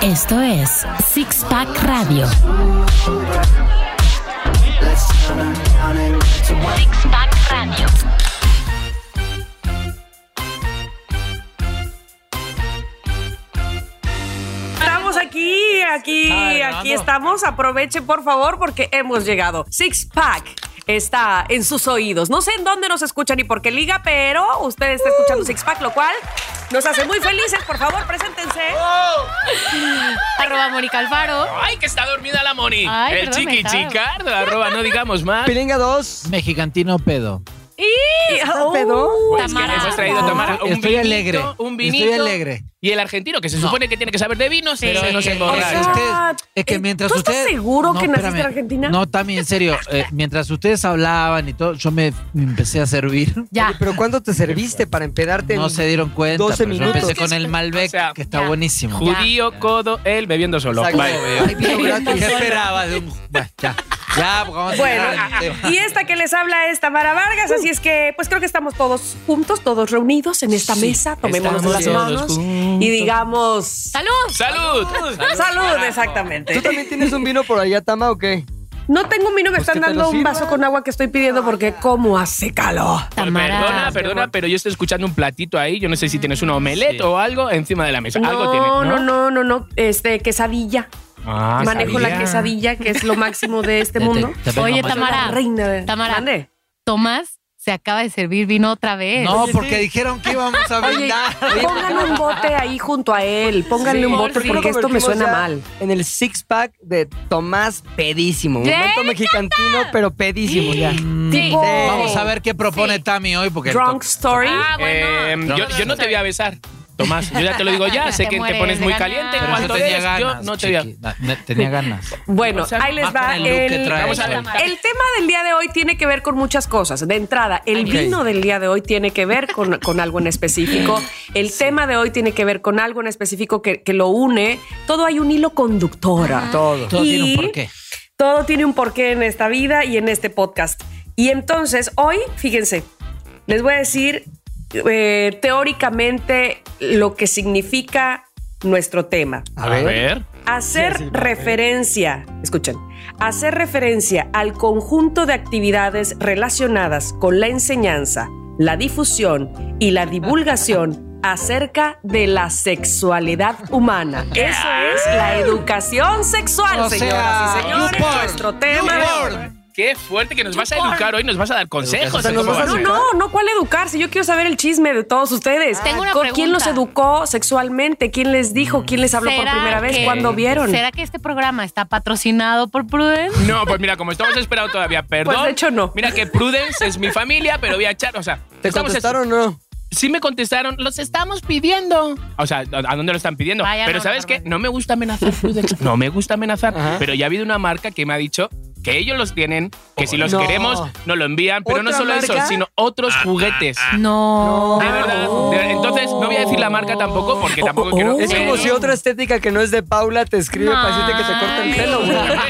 Esto es Six Pack Radio. Six Pack Radio. Estamos aquí, aquí, aquí estamos. Aproveche por favor porque hemos llegado. Six Pack está en sus oídos. No sé en dónde nos escuchan y por qué liga, pero usted está escuchando Six Pack, lo cual nos hace muy felices. Por favor, preséntense. Arroba Mónica Alfaro. Ay, que está dormida la Moni. Ay, el perdón, me chiqui estaba- chicardo, arroba, no digamos Ah. más. Pilinga 2. Mexicantino pedo. Y, oh, Pues que Tamara. le hemos traído a tomar un Estoy vinito, alegre. Un Estoy vinito. alegre. Y el argentino, que se supone que tiene que saber de vinos, pero se nos O sea, emborracha. Exacto. ustedes- es que eh, mientras ¿tú estás ustedes- seguro que naciste espérame. en Argentina? No, también, en serio. eh, mientras ustedes hablaban y todo, yo me, me empecé a servir. Ya. ¿Pero cuánto te serviste para empedarte? en- No se dieron cuenta. 12 pero minutos. Yo empecé con el Malbec, O sea, que está ya. buenísimo. Judío, codo, él bebiendo solo. Exacto. Bye. Ay, vino gratis. ¿Qué esperaba de un.? Bueno, ya. Ya, pues, vamos a Bueno, ah, dejar el tema. y este esta que les habla es Tamara Vargas, así es que pues creo que estamos todos juntos, todos reunidos en esta mesa, tomémonos estamos las todos manos y juntos. digamos ¡Salud! ¡Salud! Pues, salud, carajo. exactamente. ¿Tú también tienes un vino por allá, Tama, o qué? No tengo un vino, me Pues están que te dando lo un vaso sirvan. con agua que estoy pidiendo porque como hace calor. Tamara. Perdona, perdona, pero yo estoy escuchando un platito ahí. Yo no sé si tienes una omelette Sí. o algo encima de la mesa. Pues algo tiene. No, no, no, no, no, este quesadilla. Ah, Manejo la sabía. quesadilla, que es lo máximo de este Te- mundo. te- te vengo Oye, a matar. La Tamara. reina de Tamara. Mande. Tomás se acaba de servir vino otra vez. No, porque dijeron que íbamos a Oye, brindar. pónganle un bote ahí junto a él. Pónganle Sí, un bote sí. porque esto me Convertimos suena ya mal. En el six-pack de Tomás Pedísimo. ¡Le Momento mexicantino, pero pedísimo ya. Sí. Vamos a ver qué propone Sí. Tami hoy, porque. eh, Drunk Story. Ah, Eh, bueno. yo, yo no te voy a besar, Tomás. Yo ya te lo digo ya. Sé Te que te mueres pones de muy ganas. caliente. Pero yo Cuando tenía eres, yo ganas. no te voy a. chiqui. Na- na- tenía ganas. Bueno, ahí les Más con va el look que el- trae. Vamos a Hoy. ver. El tema del día de hoy tiene que ver con muchas cosas. De entrada, el Ok. vino del día de hoy tiene que ver con, con algo en específico. El tema de hoy tiene que ver con algo en específico que, que lo une. Todo hay un hilo conductor. Todo. Todo tiene Y- un porqué. Todo tiene un porqué en esta vida y en este podcast. Y entonces, hoy, fíjense, les voy a decir eh, teóricamente lo que significa nuestro tema. A ver. Hacer referencia, escuchen, hacer referencia al conjunto de actividades relacionadas con la enseñanza, la difusión y la divulgación acerca de la sexualidad humana. Eso es la educación sexual, O señoras Ah, sea, y señores, YouPorn, nuestro tema. YouPorn. Qué fuerte que nos vas a educar hoy, nos vas a dar consejos. de nos cómo vas a No, hacer. no, no, ¿cuál educarse? Yo quiero saber el chisme de todos ustedes. Ah. Tengo una ¿Con ¿Quién los pregunta. educó sexualmente? ¿Quién les dijo? ¿Quién les habló por ¿Será primera vez? que- ¿Cuándo vieron? ¿Será que este programa está patrocinado por Prudence? No, pues mira, como estamos esperando todavía, perdón. Pues de hecho no. Mira que Prudence es mi familia, pero voy a echar, o sea, ¿Te estamos- contestaron o no? Sí me contestaron, los estamos pidiendo. O sea, ¿a a dónde lo están pidiendo? Vayan a pero una ¿sabes qué? barbería. No me gusta amenazar, Prudence. No me gusta amenazar, Ajá. pero ya ha habido una marca que me ha dicho que ellos los tienen, que si los No. queremos, nos lo envían, pero no ¿Otra solo eso, marca? sino otros juguetes. ah, No. Ah, De verdad, de verdad. Entonces, no voy a decir la marca tampoco porque tampoco oh, quiero. oh. Es como Pero- si otra estética que no es de Paula te escribe para decirte que te corta el pelo, güey. Hombre,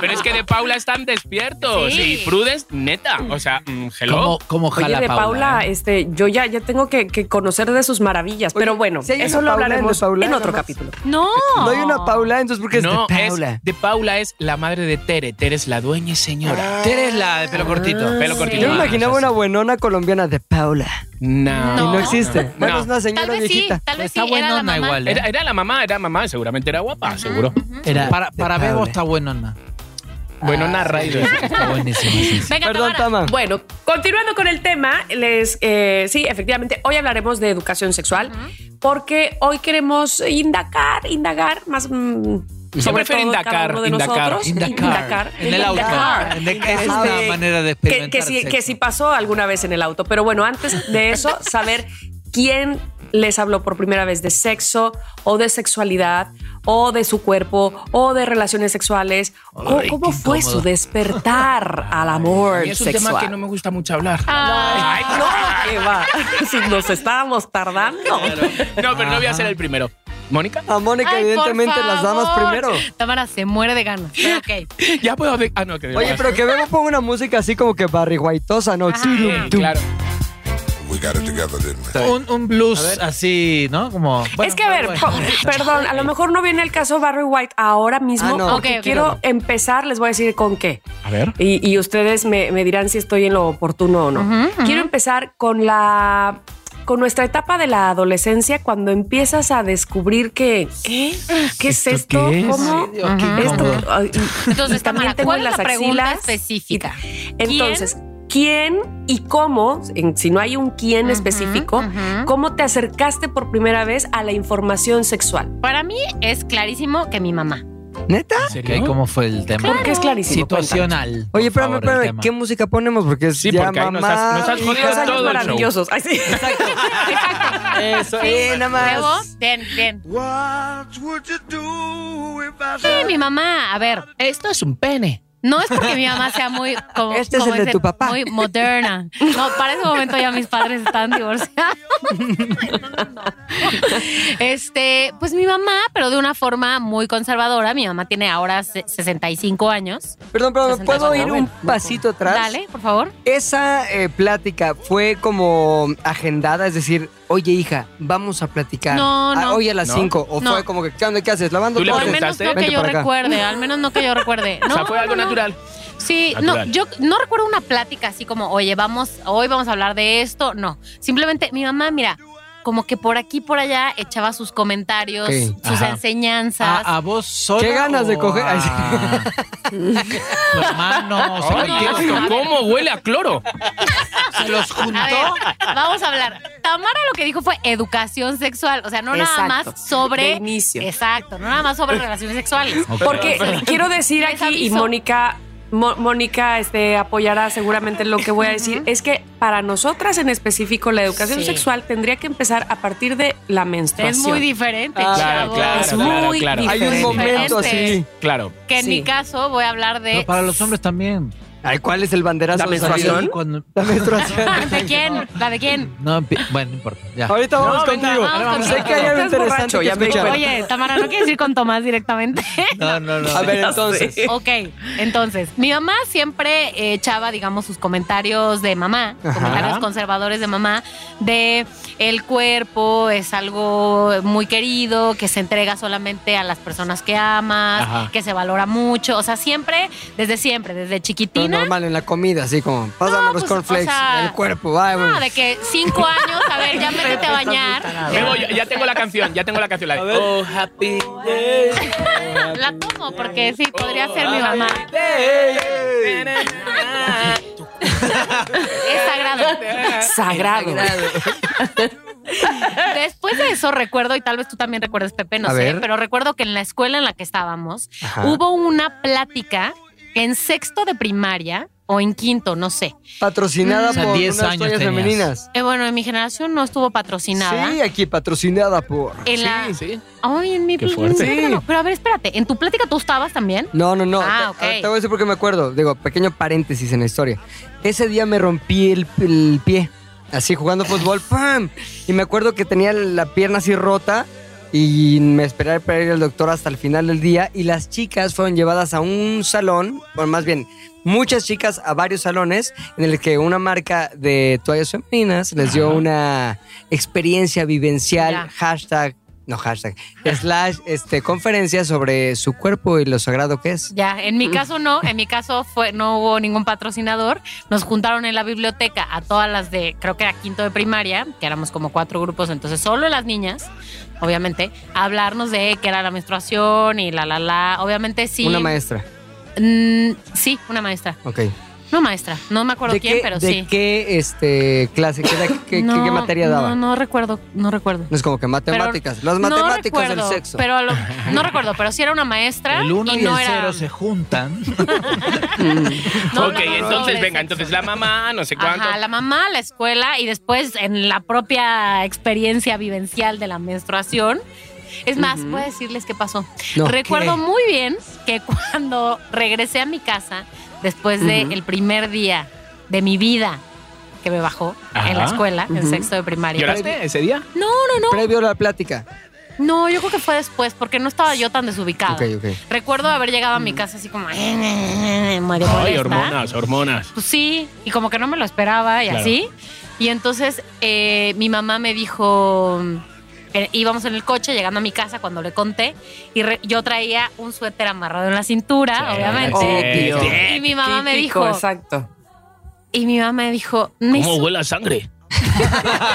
Pero es que de Paula están despiertos. Sí. Y Prudence, neta. O sea, mm, hello. Como, como Oye, jala de Paula, ¿eh? este, yo ya, ya tengo que, que conocer de sus maravillas, Oye, pero bueno, si hay eso una lo Paula en hablaremos de Paula, en otro nada más. capítulo. No. No hay una Paula, entonces ¿por qué es No, de Paula? es de Paula es la madre de Tere. Tere es la dueña y ah, señora. Tere es la de pelo cortito. Pelo cortito. Yo Ah, me imaginaba o sea, una buenona colombiana de Paula. No. Y no No. existe. Bueno, No. es una Tal señora vez sí, viejita. tal vez está sí. era la buenona mamá. igual, ¿eh? Era, era la mamá, era mamá, seguramente era guapa, seguro. Era- para para Paula. Bebo está buenona. Bueno, narra. y- Ah. Está buenísimo. sí, sí. Venga, Perdón, Tamara. Tama. Bueno, continuando con el tema, les eh, sí, efectivamente, hoy hablaremos de educación sexual porque hoy queremos indagar, indagar más. mm, sobre prefiero todo indagar, cada uno de indagar, nosotros. In the car. En el auto. En the- es Este, una manera de que, experimentar que, si, sexo. que si pasó alguna vez en el auto. Pero bueno, antes de eso, saber quién les habló por primera vez de sexo o de sexualidad o de su cuerpo o de relaciones sexuales o Ay, cómo qué fue incómodo. su despertar al amor Y es un tema que sexual. no me gusta mucho hablar. Ay. Ay, no. ¿Qué va? Si nos estábamos tardando. No, pero no voy a ser el primero. ¿Mónica? Ah. A Ah, Mónica, Ay, por evidentemente, las damas favor. primero. Tamara se muere de ganas. Pero ok. Ya puedo. de- Ah, no, que Oye, pero que Bebo ponga una música así como que barriguaitosa, ¿no? Ajá. Tum, Sí, tum. claro. we got it together, didn't we? Un, un blues así, ¿no? Como. bueno, es que, a ver, bueno. po- perdón, a lo mejor no viene el caso Barry White ahora mismo, Ah, no. porque Ok, ok, quiero ok. empezar, les voy a decir con qué. A ver. Y, y ustedes me, me dirán si estoy en lo oportuno o no. Ujú, ujú. Quiero empezar con la con nuestra etapa de la adolescencia, cuando empiezas a descubrir que ¿qué? ¿Qué es esto? ¿Esto qué es? ¿Cómo? Dios, qué Ajá. Esto, incómodo. ay, y- Entonces, y también Tamara, tengo ¿cuál es las la pregunta axilas. específica? Entonces, ¿quién y cómo, en- si no hay un quién Ujú, específico, ujú. cómo te acercaste por primera vez a la información sexual? Para mí es clarísimo que mi mamá. ¿Neta? ¿En serio? Ok, ¿Cómo fue el tema? Porque es clarísimo. Situacional. por Oye, espérame, favor, el espérame. tema. ¿Qué música ponemos? Porque es Sí, ya porque ahí nos mamá, has- nos has hija, jodido Los años todo el show. maravillosos. Ay, sí. Eso, eh, nada Luego, más. bien, bien. Sí, mi mamá, a ver, Esto es un pene. no es porque mi mamá sea muy como, Este es como el de dicen, tu papá. muy moderna. No, para ese momento ya mis padres están divorciados. No, no, no. Este, pues mi mamá, pero de una forma muy conservadora. Mi mamá tiene ahora se- 65 años. Perdón, perdón, ¿me ¿puedo 68, ir un pasito atrás? Dale, por favor. Esa eh, plática fue como agendada, es decir, oye hija, vamos a platicar. No, Ah, no. hoy a las No. 5. O No. fue como que, ¿qué onda? ¿Qué haces? ¿Lavando ¿Tú le O al trastes? menos contestaste? no que Vente yo para acá. recuerde, al menos no que yo recuerde. No, o sea, fue no, algo no. natural. Sí, Natural. no, yo no recuerdo una plática así como, oye, vamos, hoy vamos a hablar de esto. No, simplemente mi mamá, mira, como que por aquí, por allá, echaba sus comentarios, Ok, sus ajá. Ah, Ah, enseñanzas. ¿A, a vos sola Qué ganas de o coger. Ay, sí. A... tu hermano, o Ah, sea, Ay, ¿qué- ¿qué es esto? ¿Cómo huele a cloro? se los juntó. A ver, vamos a hablar. Tamara lo que dijo fue educación sexual, o sea, no nada Exacto. más sobre... De inicio. Exacto, no nada más sobre relaciones sexuales. Ok. Porque quiero decir Les aquí, y aviso. Mónica, Mo- Mónica este, apoyará seguramente lo que voy a decir, es que para nosotras en específico la educación Sí. sexual tendría que empezar a partir de la Es menstruación. muy diferente, Ah, Claro, chavos. claro, Es claro, muy claro. Hay un Diferente. momento así. Claro. Que en Sí. mi caso voy a hablar de... No, para los hombres también. Ay, ¿cuál es el banderazo? ¿La de menstruación? salida? Cuando- La menstruación. ¿De quién? ¿La de quién? no, empi- bueno, no importa. Ya. Ahorita vamos contigo. vamos contigo. sé que hay algo Estás interesante borracho, que ya me di escuchar. Claro. cuenta. Oye, Tamara, ¿no quieres ir con Tomás directamente? No, no, no. A ver, entonces. Ok, entonces, mi mamá siempre eh, echaba, digamos, sus comentarios de mamá, Ajá. comentarios conservadores de mamá, de el cuerpo es algo muy querido, que se entrega solamente a las personas que amas, Ajá. que se valora mucho. O sea, siempre, desde siempre, desde Lo chiquitina. normal en la comida, así como, pásame los pues, cornflakes, o sea, el cuerpo, va, No, ah, de que cinco años, a ver, ya métete a bañar. Bebo, ya, ya tengo la canción, ya tengo la canción. La de, Oh, happy La tomo porque sí, podría ser mi mamá. Es sagrado. Sagrado. Después de eso recuerdo, y tal vez tú también recuerdes, Pepe, no A sé, ver. pero recuerdo que en la escuela en la que estábamos Ajá. hubo una plática en sexto de primaria o en quinto, no sé. Patrocinada Mm. O sea, por 10 unas años toallas tenías. femeninas. Eh, bueno, en mi generación no estuvo patrocinada. Sí, aquí patrocinada por. En la... Oh, Sí, sí. Ay, en mi... Qué fuerte. no, no, no. Pero a ver, espérate, ¿en tu plática tú estabas también? No, no, no. Ah, te, ok. te voy a decir porque me acuerdo. Digo, pequeño paréntesis en la historia. Ese día me rompí el, el pie, así jugando fútbol, ¡pam! Y me acuerdo que tenía la pierna así rota y me esperé para ir al doctor hasta el final del día. Y las chicas fueron llevadas a un salón, bueno, más bien, muchas chicas a varios salones en el que una marca de toallas femeninas les dio una experiencia vivencial, Ya. hashtag. No, hashtag. Slash, este, conferencia sobre su cuerpo y lo sagrado que es. Ya, en mi caso no, en mi caso fue, no hubo ningún patrocinador. Nos juntaron en la biblioteca a todas las de, creo que era quinto de primaria, que éramos como cuatro grupos, entonces solo las niñas, obviamente, a hablarnos de qué era la menstruación y la, la, la. Obviamente sí. Una maestra. Mm, sí, una maestra. Ok. No maestra, no me acuerdo ¿De quién, qué, pero de sí. qué este, clase? ¿Qué, era- qué- qué- qué No, materia daba? No, No, no recuerdo, no recuerdo. es como que matemáticas. Pero las no matemáticas recuerdo, del sexo. Pero a lo- no recuerdo, pero sí era una maestra. El 1 y, no el era- 0 se juntan. no ok, hablábamos entonces, sobre venga, sexo. entonces la mamá, no sé cuánto. Ajá, la mamá, la escuela y después en la propia experiencia vivencial de la menstruación. Es más, voy a decirles qué pasó. No, Recuerdo ¿qué? muy bien que cuando regresé a mi casa, después del primer día de mi vida que me bajó en la Ajá. escuela, en sexto de primaria. ¿Lloraste ese día? No, no, no. Previo a la plática. No, yo creo que fue después porque no estaba yo tan desubicada. Ok, ok. Recuerdo haber llegado a mi casa así como... "Eh, medio Ay, molesta. hormonas, hormonas. Pues sí, y como que no me lo esperaba y Claro. así. Y entonces eh, mi mamá me dijo, eh, íbamos en el coche llegando a mi casa cuando le conté, y re- yo traía un suéter amarrado en la cintura, Sí, Ah, obviamente. sí, Y mi mamá me Típico, dijo, Exacto. y mi mamá me dijo, ¿Cómo "Nesu, huele a sangre?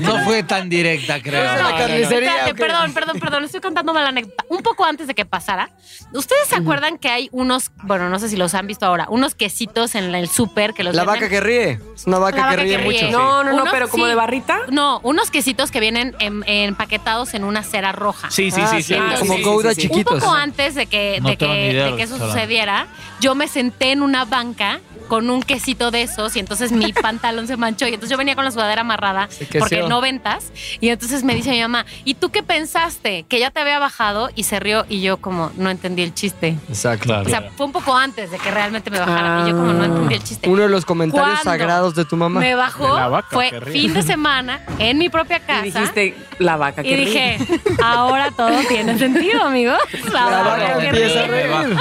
No fue tan directa, creo. No, no, la no, carnicería, espérate, ¿o qué? perdón, perdón, perdón, estoy contando mal la anécdota. Un poco antes de que pasara, ¿ustedes se acuerdan que hay unos, bueno, no sé si los han visto ahora, unos quesitos en la- el súper que los La venden? vaca que ríe. Es una vaca, La que, ríe mucho. No, no, no, Uno, pero como sí. de barrita. No, unos quesitos que vienen en- empaquetados en una cera roja. Sí, sí, Ah, sí, sí. sí, Como sí, gouda sí, sí. chiquitos. Un poco antes de que, No de que, tengo ni idea de de que lo eso que está sucediera, yo me senté en una banca con un quesito de esos y entonces mi pantalón se manchó y entonces yo venía con la sudadera amarrada Se queseó. porque no ventas y entonces me dice mi mamá, ¿y tú qué pensaste? Que ya te había bajado y se rió y yo como no entendí el chiste. Exacto. O sea, fue un poco antes de que realmente me bajara y yo como no entendí el chiste. Uno de los comentarios ¿Cuándo? sagrados de tu mamá. Me De la bajó, vaca fue que ríe. fin de semana en mi propia casa. Y dijiste la vaca que Y ríe. dije, ahora todo tiene sentido, amigos. La La vaca vaca que empieza ríe. a reír.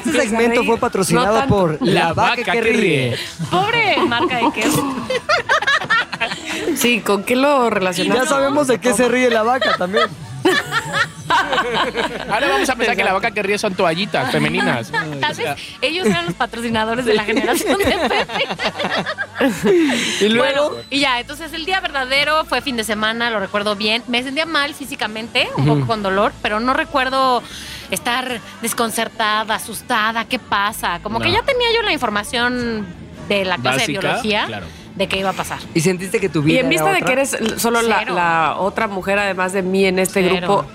Este Se segmento reí. fue patrocinado No tanto. por La Vaca que Ríe. Pobre marca de queso. Sí, ¿con qué lo relacionamos? Ya sabemos de qué se ríe la vaca también. Ahora vamos a pensar que la vaca que ríe son toallitas femeninas. Tal vez ellos eran los patrocinadores de la generación de Pepe. Y luego, Bueno, y ya, entonces el día verdadero fue fin de semana, lo recuerdo bien. Me sentía mal físicamente, un poco con dolor, pero no recuerdo estar desconcertada, asustada, ¿qué pasa? Como que No. ya tenía yo la información de la clase de Básica, biología claro. de qué iba a pasar. y sentiste que tu vida Y en era vista de otra? que eres solo la, Cero. la otra mujer, además de mí, en este Cero. grupo,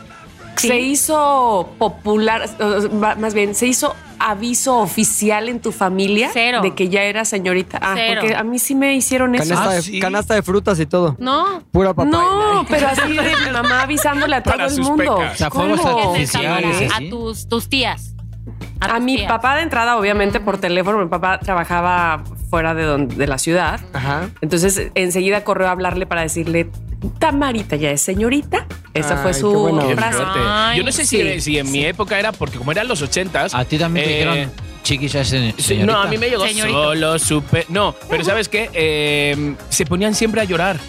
Sí. se hizo popular, o- o- ma- más bien, se hizo aviso oficial en tu familia Cero. de que ya eras señorita. Ah, Cero. porque a mí sí me hicieron eso. Canasta, Ah, de, sí. canasta de frutas y todo. No, Pura papá. No, pero así de mi mamá avisándole a todo Para el sus mundo. pecas. O sea, fuegos ¿Cómo? en el Oficiales, camión, así. a tus, tus tías. A tus mi tías. papá de entrada, obviamente por teléfono, mi papá trabajaba fuera de, donde, de la ciudad. Ajá. Entonces enseguida corrió a hablarle para decirle, Tamarita ya es señorita. Esa fue Ay, qué su bueno. Qué frase. fuerte. Ay, Yo no sé sí, si, si en mi época era porque como eran los ochentas. A ti también te eh, dijeron chiquilla se- sí, no, a mí me llegó Señorita. solo supe. No, pero ¿sabes qué? Eh, se ponían siempre a llorar.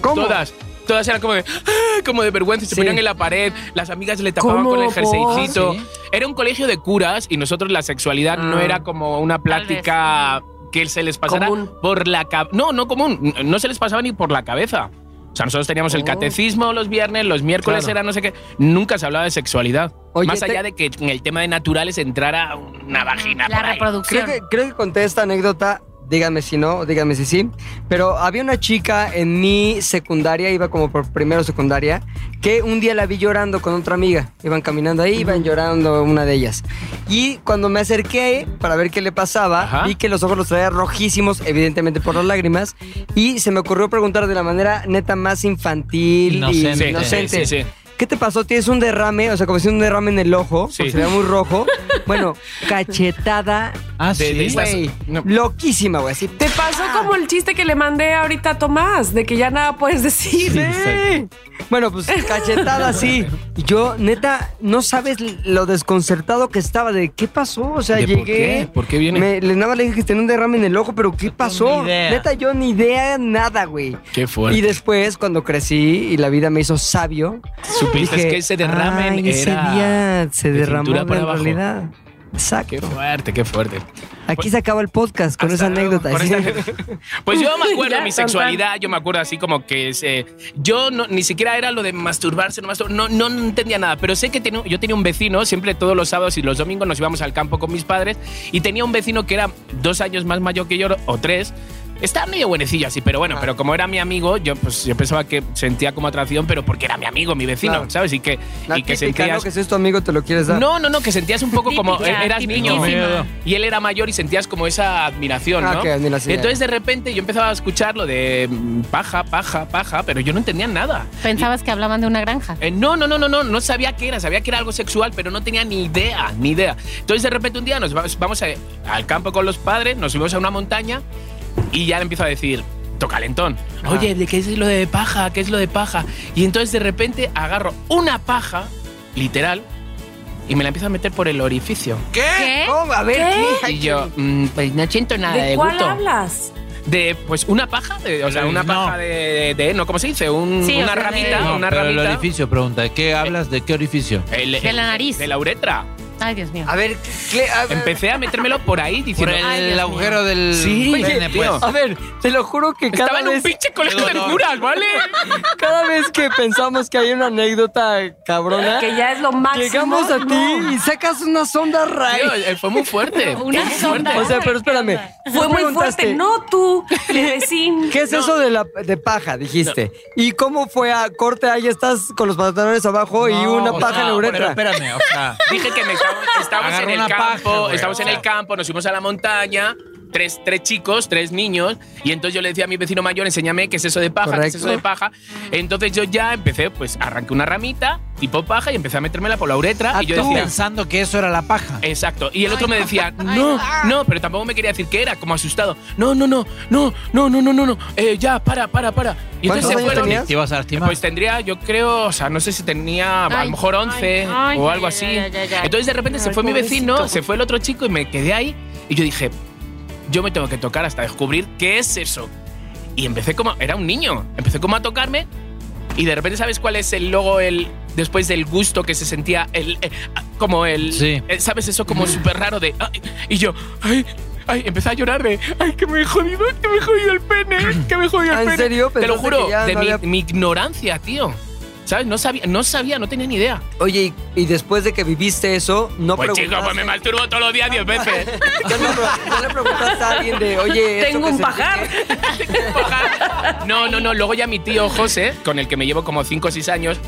¿Cómo? Todas. Todas eran como de, "Ah", como de vergüenza, y se Sí. ponían en la pared, las amigas le tapaban ¿Cómo, con el por? jerseycito. Sí. Era un colegio de curas y nosotros la sexualidad no Ah. era como una plática que se les pasara Común. por la cabeza. No, no común, n- no se les pasaba ni por la cabeza. O sea, nosotros teníamos el Oh. catecismo los viernes, los miércoles Claro. era no sé qué. Nunca se hablaba de sexualidad. Oye, Más te- allá de que en el tema de naturales entrara una vagina. La por ahí. reproducción. Creo que, creo que conté esta anécdota, díganme si no, díganme si sí, pero había una chica en mi secundaria, iba como por primero secundaria, que un día la vi llorando con otra amiga. Iban caminando ahí, iban llorando una de ellas. Y cuando me acerqué para ver qué le pasaba, Ajá. vi que los ojos los traía rojísimos, evidentemente por las lágrimas, y se me ocurrió preguntar de la manera neta más infantil Inocente. y Sí, inocente. sí, sí, sí. ¿Qué te pasó? Tienes un derrame, o sea, como si un derrame en el ojo, Sí. porque se veía muy rojo. Bueno, cachetada Ah, sí. De- de esta- Güey, No. loquísima, güey. Así, Te pasó como el chiste que le mandé ahorita a Tomás, de que ya nada puedes decir. ¿eh? Sí, exacto. Ah. Bueno, pues cachetada así. Y yo, neta, no sabes lo desconcertado que estaba de qué pasó. O sea, ¿De por llegué. qué? ¿Por qué viene? Me, le- nada más le dije que tenía un derrame en el ojo, pero ¿qué pasó? ni idea. Neta, yo ni idea, nada, güey. Qué fuerte. Y después, cuando crecí y la vida me hizo sabio, Supiste dije, que ese derramen "Ay, ese era día se de derramó cintura en para abajo". realidad. Qué Exacto. fuerte, qué fuerte. Aquí se acaba el podcast con Hasta esa luego. anécdota. Con Sí. esa anécdota. Pues yo me acuerdo Ya, de mi tan, tan. sexualidad, yo me acuerdo así como que se- yo no- ni siquiera era lo de masturbarse, no, mastur- no, no entendía nada, pero sé que tenía- yo tenía un vecino, siempre todos los sábados y los domingos nos íbamos al campo con mis padres y tenía un vecino que era dos años más mayor que yo o tres. Estaba medio buenecillo así, pero bueno, Ah. pero como era mi amigo, yo pues yo pensaba que sentía como atracción, pero porque era mi amigo, mi vecino, Claro. ¿sabes? Y que, La y que típica, ¿no? sentías... Que si es tu amigo, te lo quieres dar. No, no, no, que sentías un poco como Típica, eras niño tipiquísima. y él era mayor y sentías como esa admiración, Ah, ¿no? que admiración. Entonces de repente yo empezaba a escuchar lo de mm, paja, paja, paja, pero yo no entendía nada. Pensabas que hablaban de una granja. Eh, no, no, no, no, no, no sabía qué era, sabía que era algo sexual, pero no tenía ni idea, ni idea. Entonces de repente un día nos vamos, vamos a- al campo con los padres, nos subimos a una montaña y ya le empiezo a decir, tocalentón, Ajá. oye, ¿de qué es lo de paja? ¿Qué es lo de paja? Y entonces de repente agarro una paja, literal, y me la empiezo a meter por el orificio. ¿Qué? ¿Cómo? A ver, ¿qué? Y yo, mm, pues no siento nada de, ¿De cuál gusto. hablas? de pues una paja, de- o sea, una Eh, No. paja de, de- de- no, ¿cómo se dice? Un- Sí, o sea, una de- ramita, No, una pero el ramita. orificio pregunta, ¿qué hablas de qué orificio? El- De la el- nariz. De la uretra. Ay, Dios mío. A ver, Cle- a ver, Empecé a metérmelo por ahí Por diciendo. "Ah, el, Ay, Dios agujero del Sí, pene, oye, pues. tío. a ver, te lo juro que cada Estaba en un vez- pinche colegio de dolor. curas, ¿vale? Cada vez que pensamos que hay una anécdota cabrona, Que ya es lo máximo. llegamos a ti y sacas una sonda Tío, raíz. eh, fue muy fuerte. Una sonda. O sea, pero espérame. Fue tú muy preguntaste, fuerte. No tú, Clemencín. ¿Qué es eso de la de paja? Dijiste. ¿Y cómo fue a corte? Ahí estás con los pantalones abajo y No, una o paja sea, en la uretra. Pero espérame, o sea, Dije que me estaba- estábamos Agarra en el una paja, campo, güey, estábamos o en sea. el campo, nos fuimos a la montaña, tres, tres chicos, tres niños, y entonces yo le decía a mi vecino mayor, enséñame qué es eso de paja, qué es eso de Correcto. paja. Entonces yo ya empecé, pues arranqué una ramita, tipo paja, y empecé a metérmela por la uretra, ah, y yo tú decía... pensando que eso era la paja. Exacto. Y el otro me decía, no, no, pero tampoco me quería decir qué era, como asustado. No, no, no, no, no, no, no, no, no. Eh, ya, para, para, para. Y entonces ¿Cuántos se años fueron. tenías? Te ibas a lastimar. Pues tendría, yo creo, o sea, no sé si tenía a Ay, lo mejor ay, 11 ay, o ya, ya, algo así. ya, ya, ya. Entonces de repente se Ay, fue mi pobrecito. vecino, se fue el otro chico y me quedé ahí. Y yo dije, yo me tengo que tocar hasta descubrir qué es eso. Y empecé como, era un niño, empecé como a tocarme y de repente sabes cuál es el logo, el después del gusto que se sentía, el, eh, como el, Sí. eh, sabes eso como súper raro de, ay, y yo, ay. Ay, empecé a llorar de, ay, que me he jodido, que me he jodido el pene, que me he jodido el Ah, ¿en pene. serio? Te lo Pensaste juro, que ya de no mi, había- mi ignorancia, tío. ¿Sabes? No sabía, no sabía, no tenía ni idea. Oye, y, y después de que viviste eso, no pues preguntaste. chico, pues me masturbo todos los días diez veces. Ya no, pre- no le preguntaste a alguien de, oye, ¿esto Tengo que un se- pajar. Ojalá. No, no, no. Luego ya mi tío José, con el que me llevo como 5 o 6 años,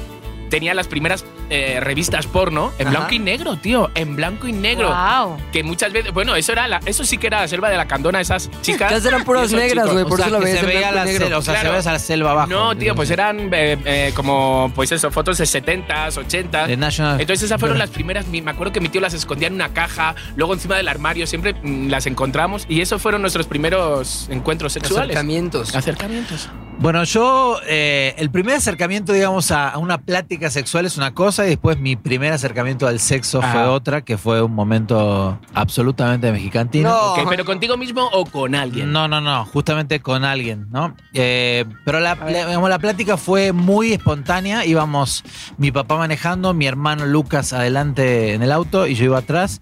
tenía las primeras eh, revistas porno en Ajá. blanco y negro, tío. En blanco y negro. Wow. Que muchas veces, bueno, eso era la- eso sí que era la selva de la candona, esas chicas. Casi eran y puras esos negras, chicos. güey, O por sea, eso la que veías se en veía blanco la y negro. selva, o sea, Claro. se veía esa selva abajo. No, tío, pues eran eh, eh, como, pues eso, fotos de 70s, 80s. De National. Entonces esas fueron las primeras, mi- me acuerdo que mi tío las escondía en una caja, luego encima del armario, siempre mm, las encontramos y esos fueron nuestros primeros encuentros sexuales. Acercamientos. Acercamientos. Bueno, yo, eh, el primer acercamiento, digamos, a, a una plática sexual es una cosa y después mi primer acercamiento al sexo fue Ah. otra, que fue un momento absolutamente mexicantino. No. Ok, pero contigo mismo o con alguien. No, no, no, justamente con alguien, ¿no? Eh, pero la, la- digamos, la plática fue muy espontánea, íbamos mi papá manejando, mi hermano Lucas adelante en el auto y yo iba atrás.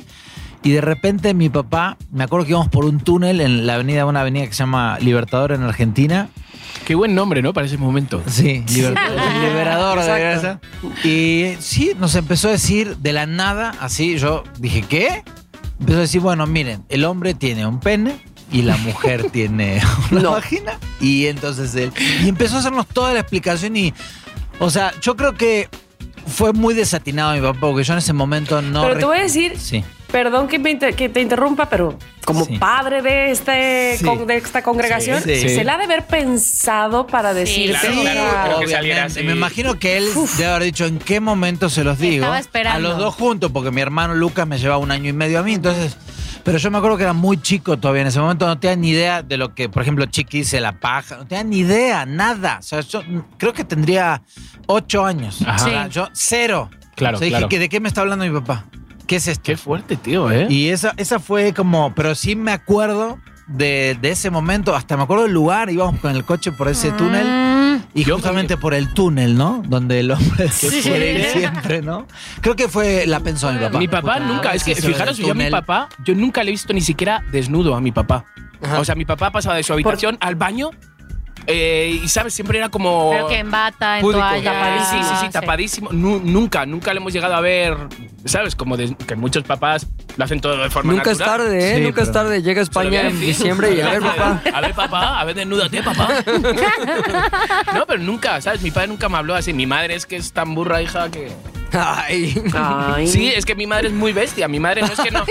Y de repente mi papá, me acuerdo que íbamos por un túnel en la avenida, una avenida que se llama Libertador en Argentina. Qué buen nombre, ¿no? Para ese momento. Sí, liberador, liberador de grasa. Y sí, nos empezó a decir de la nada, así, yo dije, ¿qué? Empezó a decir, bueno, miren, el hombre tiene un pene y la mujer tiene una vagina. Y entonces él... Y empezó a hacernos toda la explicación y... O sea, yo creo que fue muy desatinado mi papá, porque yo en ese momento no... Pero te re- voy a decir, Sí. perdón que, me inter- que te interrumpa, pero como Sí. padre de, este, Sí. con- de esta congregación, Sí, sí. se la ha de haber pensado para decirte. claro, o sea, claro, creo que saliera obviamente. así. Me imagino que él debe haber dicho en qué momento se los digo. Estaba esperando. A los dos juntos, porque mi hermano Lucas me llevaba un año y medio a mí, entonces. Pero yo me acuerdo que era muy chico todavía. En ese momento no tenía ni idea de lo que, por ejemplo, Chiqui dice la paja. No tenía ni idea, nada. O sea, yo creo que tendría ocho años. Ajá. O sea, Sí. Yo, cero. Claro, O sea, dije, claro. ¿que ¿de qué me está hablando mi papá? ¿Qué es esto? Qué fuerte, tío, ¿eh? Y esa, esa fue como, pero sí me acuerdo de, de ese momento, hasta me acuerdo del lugar, íbamos con el coche por ese túnel. Mm, Y Yo justamente por el túnel, ¿no? Donde el hombre se quiere ir siempre, ¿no? Creo que fue la pensó mi papá. mi papá Justamente. nunca, es que Eso del fijaros, yo a mi túnel. papá, yo nunca le he visto ni siquiera desnudo a mi papá. Ajá. O sea, mi papá pasaba de su habitación al baño eh, y, ¿sabes? Siempre era como... Creo que en bata, en Púdico. toalla. Tapadísimo, sí, sí, tapadísimo. Nu- nunca, nunca le hemos llegado a ver, ¿sabes? Como de- que muchos papás lo hacen todo de forma Nunca es natural. tarde, ¿eh? Sí, Nunca es pero- tarde. Llega a Se lo voy a España en decir. diciembre y a ver, papá. A ver, papá, a ver, desnúdate, papá. No, pero nunca, ¿sabes? Mi padre nunca me habló así. Mi madre es que es tan burra, hija, que... Ay. ay. Sí, es que mi madre es muy bestia. Mi madre no es que no...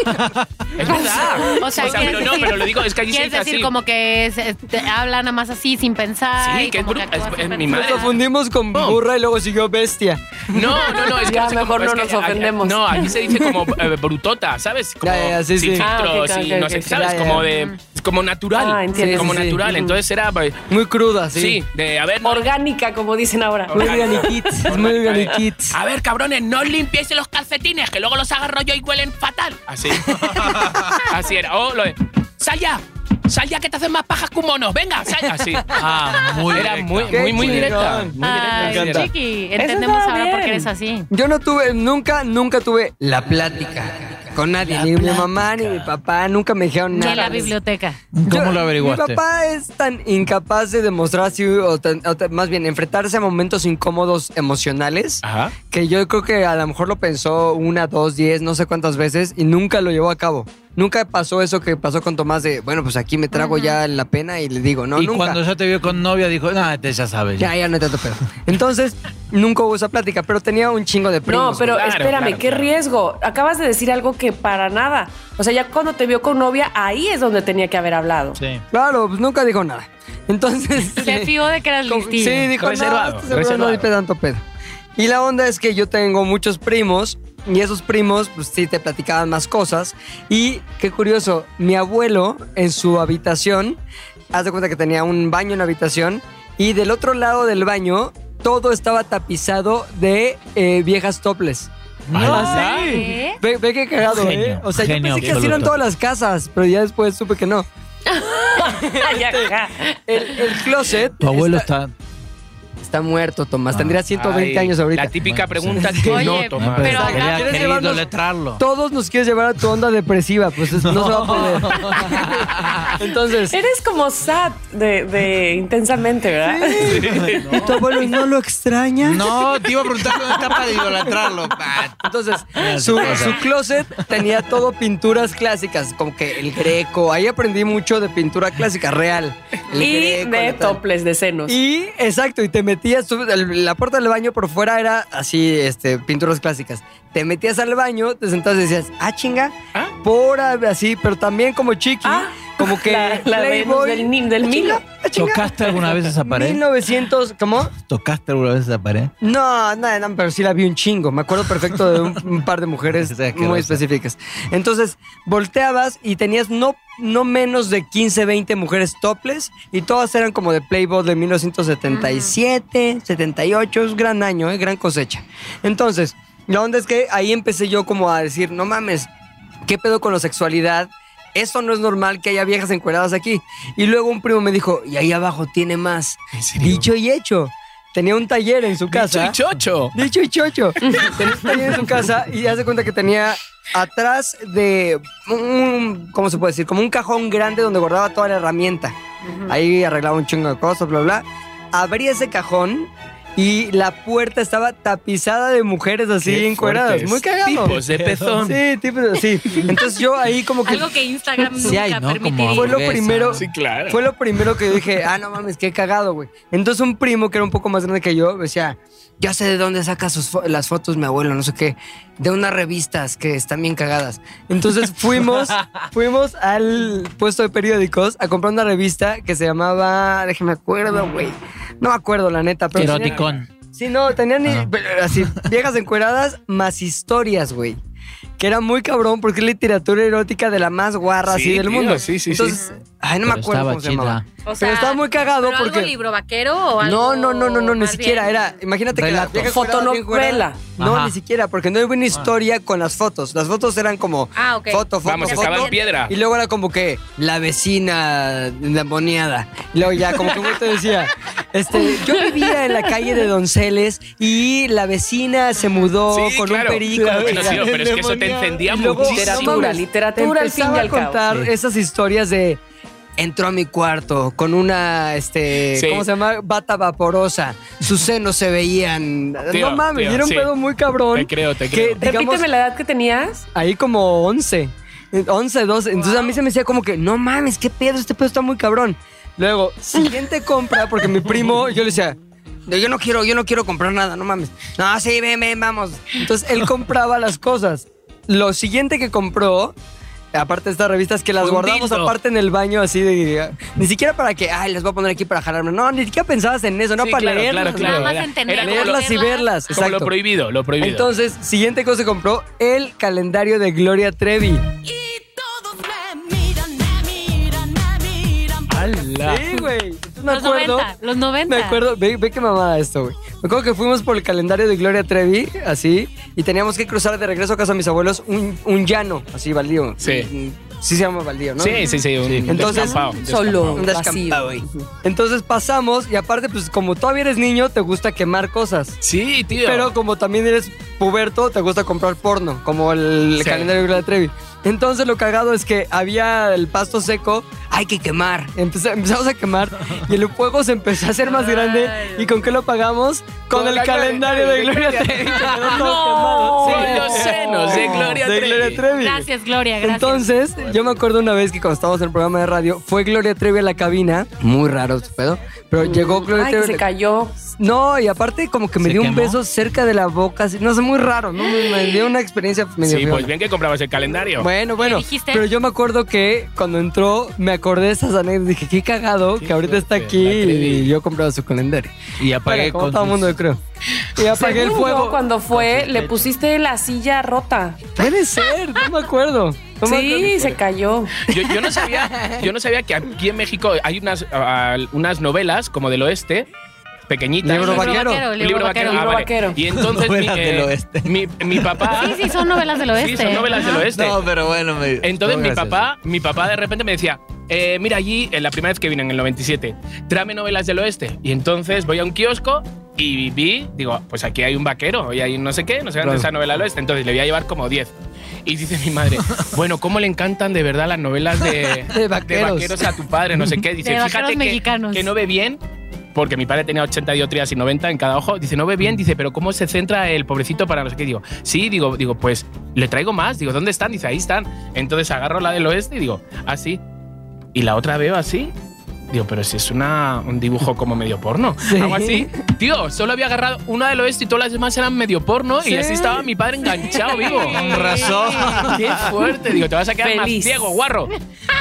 Es verdad. O sea, ¿quieres pero no, decir- pero lo digo, es que allí se Quieres dice decir así. como que se- te habla nada más así sin pensar. Sí, y que es como bruta- actúa es- sin es mi pensar. madre. Confundimos con Oh. burra y luego siguió bestia. No, no, no, es que Ya, no sé cómo- mejor no es que nos a- a- ofendemos. No, aquí se dice como eh, brutota, ¿sabes? Como Ya, ya, sí, sin sí. Ah, filtros ok, y ok, no ok, sé, sí, ¿sabes? ya, ya. Como de como natural, Ah, entiendo. como Sí, sí, sí. natural. Entonces era pues, Muy cruda, sí. sí. de a ver, no- Orgánica, como dicen ahora. Muy Orgánica. organiquits, es muy organiquits. A ver, cabrones, no os limpiéis los calcetines, que luego los agarro yo y huelen fatal. Así. Así era. O lo de, Oh, ¡Sal ya! Sal ya que te hacen más pajas que un mono. Venga, sal ya. Sí. Ah, muy Era directa. muy, muy, muy Qué directa. chingón. Muy directa, Ay, directa. Chiqui, entendemos está ahora por qué bien. eres así. Yo no tuve, nunca, nunca tuve la plática con nadie. ni mi mamá ni mi papá nunca me dijeron nada. De la biblioteca. ¿Cómo Yo- lo averiguaste? Mi papá es tan incapaz de demostrar, si- o tan- o tan- más bien, enfrentarse a momentos incómodos emocionales, Ajá. que yo creo que a lo mejor lo pensó una, dos, diez, no sé cuántas veces y nunca lo llevó a cabo. Nunca pasó eso que pasó con Tomás de, bueno, pues aquí me trago ya la pena y le digo, no, y nunca. cuando ya te vio con novia dijo, no, este ya sabes. Ya, ya no hay tanto pedo. Entonces, nunca hubo esa plática, pero tenía un chingo de primos. No, pero claro, espérame, claro, qué claro. riesgo. Acabas de decir algo que para nada. O sea, ya cuando te vio con novia, ahí es donde tenía que haber hablado. Sí. Claro, pues nunca dijo nada. Entonces. eh, Se fió de que eras Como- listillo. Sí, dijo, Reservado, no, este seguro reservado. no dice tanto pedo. Y la onda es que yo tengo muchos primos y esos primos, pues sí, te platicaban más cosas. Y qué curioso, mi abuelo en su habitación, haz de cuenta que tenía un baño en la habitación y del otro lado del baño todo estaba tapizado de eh, viejas toples. Ah, sí. ¿Qué? Ve, ve qué cagado, Genio, ¿eh? O sea, yo genio pensé que así eran absoluto. todas las casas, pero ya después supe que no. Ay, ajá. El, el closet Tu abuelo Ah. está, está... está muerto, Tomás. Tendría 120 Ay, años ahorita. La típica Bueno, pregunta sí. que Oye, no No, tomas. Pero pero quería, acá- quería ¿Quieres llevarnos- idoletrarlo. todos nos quieres llevar a tu onda depresiva, pues es- no, se va a poder. Entonces, Eres como sad de, de intensamente, ¿verdad? ¿tu abuelo no lo extraña? No, te iba a preguntar dónde está para idolatrarlo. Ah, Entonces, Mira, su, sí, o sea. su closet tenía todo pinturas clásicas, como que el greco. Ahí aprendí mucho de pintura clásica real. El Y Greco, de la tal. toples, de senos. Y exacto, y te metías, tú- el- la puerta del baño por fuera era así, este, pinturas clásicas. Te metías al baño, te sentabas y decías, ah, chinga, Ah. por a- así, pero también como chiqui, Ah, como que la- la Venus del Ni- del ah, chinga, Nilo. ah, chinga. ¿Tocaste alguna vez esa pared? 1900, ¿cómo? ¿Tocaste alguna vez esa pared? No, no, no, pero sí la vi un chingo. Me acuerdo perfecto de un, un par de mujeres O sea, qué muy rosa. específicas. Entonces, volteabas y tenías no, no menos de 15, 20 mujeres topless y todas eran como de Playboy de 1977, 78. Es gran año, ¿eh? gran cosecha. Entonces, la onda es que ahí empecé yo como a decir, no mames, ¿qué pedo con la sexualidad? Esto no es normal que haya viejas encueradas aquí. Y luego un primo me dijo, y ahí abajo tiene más. ¿En serio? Dicho y hecho. Tenía un taller en su casa. Soy chocho. Dicho y chocho. tenía un taller en su casa y hace cuenta que tenía atrás de un, ¿cómo se puede decir? Como un cajón grande donde guardaba toda la herramienta. Ahí arreglaba un chingo de cosas, bla, bla. Abría ese cajón y la puerta estaba tapizada de mujeres así Qué encueradas. fuertes Muy cagado. Tipos de pezón. Sí, tipos de- sí. Entonces yo ahí como que Algo que Instagram nunca Sí hay, ¿no? Como permitiría. fue lo hamburguesa. primero. Sí, claro. Fue lo primero que dije, ah, no mames, qué cagado, güey. Entonces un primo que era un poco más grande que yo me decía, ya sé de dónde saca sus fo- las fotos mi abuelo, no sé qué, de unas revistas que están bien cagadas. Entonces fuimos, fuimos al puesto de periódicos a comprar una revista que se llamaba, déjeme acuerdo, güey. No me acuerdo, la neta, pero... tenía- Eroticón. Sí, no, tenían ni- Ah. pero así, viejas encueradas más historias, güey. Que era muy cabrón porque es literatura erótica de la más guarra Sí, así del tío, mundo. sí, sí, sí. Entonces, ay, no me Pero acuerdo estaba cómo se chida. llamaba. pero estaba muy cagado ¿pero porque algo libro vaquero o algo No, no, no, no, no, ni más siquiera bien? era, imagínate Relato. que la vieja encuerada, bien encuerada- Fotonovela. No, Ajá. Ah. ni siquiera, porque no hubo una historia con las fotos. Las fotos eran como Ah, ok. foto, foto, Vamos, foto. estaba en piedra. Y luego era como que la vecina endemoniada. Y luego ya, como que te decía, este, yo vivía en la calle de Donceles y la vecina se mudó Sí, con claro. un perico. la Bueno, sí, chingada. pero es que eso te Endemoniada. encendía Y luego- muchísimo. no Literatura, mames, literatura al fin y empezaba al a cabo. contar Sí. esas historias de entró a mi cuarto con una este Sí. ¿cómo se llama? bata vaporosa. Sus senos se veían. Tío, no mames, tío, y era un sí. pedo muy cabrón. Te creo, te que, creo. digamos, Repíteme la edad que tenías. ahí como 11, 11, 12. Entonces a mí se me decía como que, no mames, qué pedo, este pedo está muy cabrón. Luego, siguiente compra, porque mi primo, yo le decía, "No, yo no quiero, yo no quiero comprar nada, no mames. No, sí, ven, ven, vamos. Entonces él compraba las cosas. Lo siguiente que compró, aparte de estas revistas, que las Un guardamos dildo. aparte en el baño, así de. Ni siquiera para que, ay, les voy a poner aquí para jalarme. No, ni siquiera pensabas en eso, no Sí, para claro, leerlas. claro, claro. Nada más Era- entender. era como lo- Leerlas y verlas. Como Exacto. lo prohibido, lo prohibido. Entonces, siguiente cosa que compró, el calendario de Gloria Trevi. ¡Hala! Sí, güey. Entonces Me Los acuerdo. 90, los 90. Me acuerdo, ve, ve qué mamada esto, güey. Me acuerdo que fuimos por el calendario de Gloria Trevi, así, y teníamos que cruzar de regreso a casa de mis abuelos un, un llano, así, baldío. Mm, Sí. Sí se llama baldío, ¿no? Sí, sí, sí. Un Entonces, descampado, un Solo, Un descampado, vacío. güey. Entonces pasamos y aparte, pues como todavía eres niño, te gusta quemar cosas. Sí, tío. Pero como también eres puberto, te gusta comprar porno, como el Sí. calendario de la Trevi. Entonces lo cagado es que había el pasto seco, hay que quemar. Empeza- empezamos a quemar y el fuego se empezó a hacer más grande. ¿Y con qué lo pagamos? Con, Con el la calendario de Gloria Trevi. que quedó todo Con quemado. Sí. los senos de Gloria De Trevi. Gloria Trevi. Gracias, Gloria, gracias. Entonces, yo me acuerdo una vez que cuando estábamos en el programa de radio, fue Gloria Trevi a la cabina. Muy raro su pedo. Pero llegó Gloria Ay, que Trevi. se cayó. No, y aparte como que me ¿Se dio un quemó? beso cerca de la boca. así, No sé, muy raro, ¿no? Me, me dio una experiencia medio Sí, fea. pues bien que comprabas el calendario. Bueno, bueno. dijiste? Pero yo me acuerdo que cuando entró, me acordé de esas anécdotas. Dije, qué cagado, que ahorita está fuerte, aquí la Trevi. y yo compraba su calendario. Y Para, apagué como con todo el mundo, yo tus- creo. Y apagué el Según yo, fuego. cuando fue, le pusiste la silla rota. Puede ser, no me acuerdo. No me sí, acuerdo. se cayó. Yo, yo no sabía, yo no sabía que aquí en México hay unas, a- a- unas novelas como del oeste, pequeñitas. Libro Un vaquero. Un Libro vaquero. Libro Ah, vale. vaquero. Y entonces mi, Novelas eh, del oeste. mi, mi papá. Sí, sí, son novelas del oeste. Sí, son novelas del Ajá. oeste. No, pero bueno, me- Entonces no, mi gracias. papá, mi papá de repente me decía, eh, mira allí, en la primera vez que vine en el 97, tráeme novelas del oeste. Y entonces voy a un kiosco y vi, digo, pues aquí hay un vaquero y hay no sé qué, no sé dónde Claro. está novela del oeste. Entonces le voy a llevar como 10. Y dice mi madre, bueno, ¿cómo le encantan de verdad las novelas de, vaqueros. a tu padre? No sé qué. Dice, De fíjate vaqueros que, mexicanos. que no ve bien. Porque mi padre tenía 80 diotrías y 90 en cada ojo. Dice, no ve bien. Dice, pero ¿cómo se centra el pobrecito para no sé qué? Digo, sí, digo, digo, pues le traigo más. Digo, ¿dónde están? Dice, ahí están. Entonces agarro la del oeste y digo, así. Y la otra veo así. Digo, pero si es una, un dibujo como medio porno. Algo así. Tío, solo había agarrado una del oeste y todas las demás eran medio porno. Y así estaba mi padre enganchado vivo. Con razón. Qué fuerte. Digo, te vas a quedar Feliz. más ciego, guarro.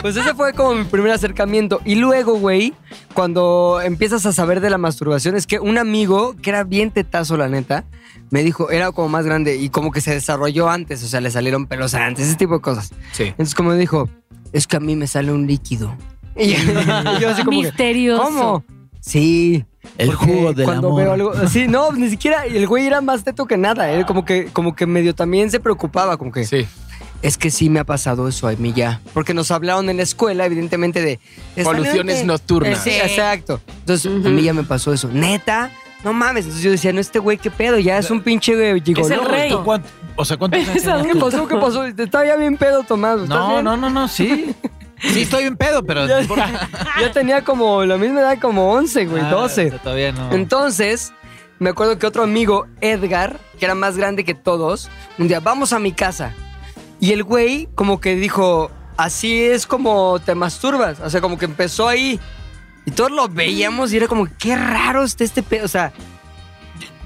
Pues ese fue como mi primer acercamiento. Y luego, güey, cuando empiezas a saber de la masturbación, es que un amigo, que era bien tetazo, la neta, me dijo, era como más grande y como que se desarrolló antes, o sea, le salieron pelos antes, ese tipo de cosas. Sí. Entonces, como dijo, es que a mí me sale un líquido. Y yo así como que, Misterioso. ¿Cómo? Sí. El porque jugo del cuando amor. veo algo, sí, no, ni siquiera el güey era más teto que nada, él como que como que medio también se preocupaba, como que Sí. es que sí me ha pasado eso a mí ya. Porque nos hablaron en la escuela, evidentemente, de... Poluciones nocturnas. Sí, Sí. exacto. Entonces, a mí ya me pasó eso. ¿Neta? No mames. Entonces yo decía, no, este güey, ¿qué pedo? Ya es un pinche güey gigoló. Es el rey. ¿Tú cuánto- o sea, ¿cuántos años Esa- tenías ¿Qué tú? pasó? ¿Qué pasó? Estaba ya bien pedo, Tomás. ¿estás No, bien? no, no, no, sí. Sí, estoy bien pedo, pero. Ya, ¿por qué? ya tenía como la misma edad, como 11, güey, Ah, 12. Todavía no. Entonces, me acuerdo que otro amigo, Edgar, que era más grande que todos, un día, vamos a mi casa. Y el güey como que dijo, así es como te masturbas. O sea, como que empezó ahí. Y todos lo veíamos y era como, qué raro está este pedo. O sea,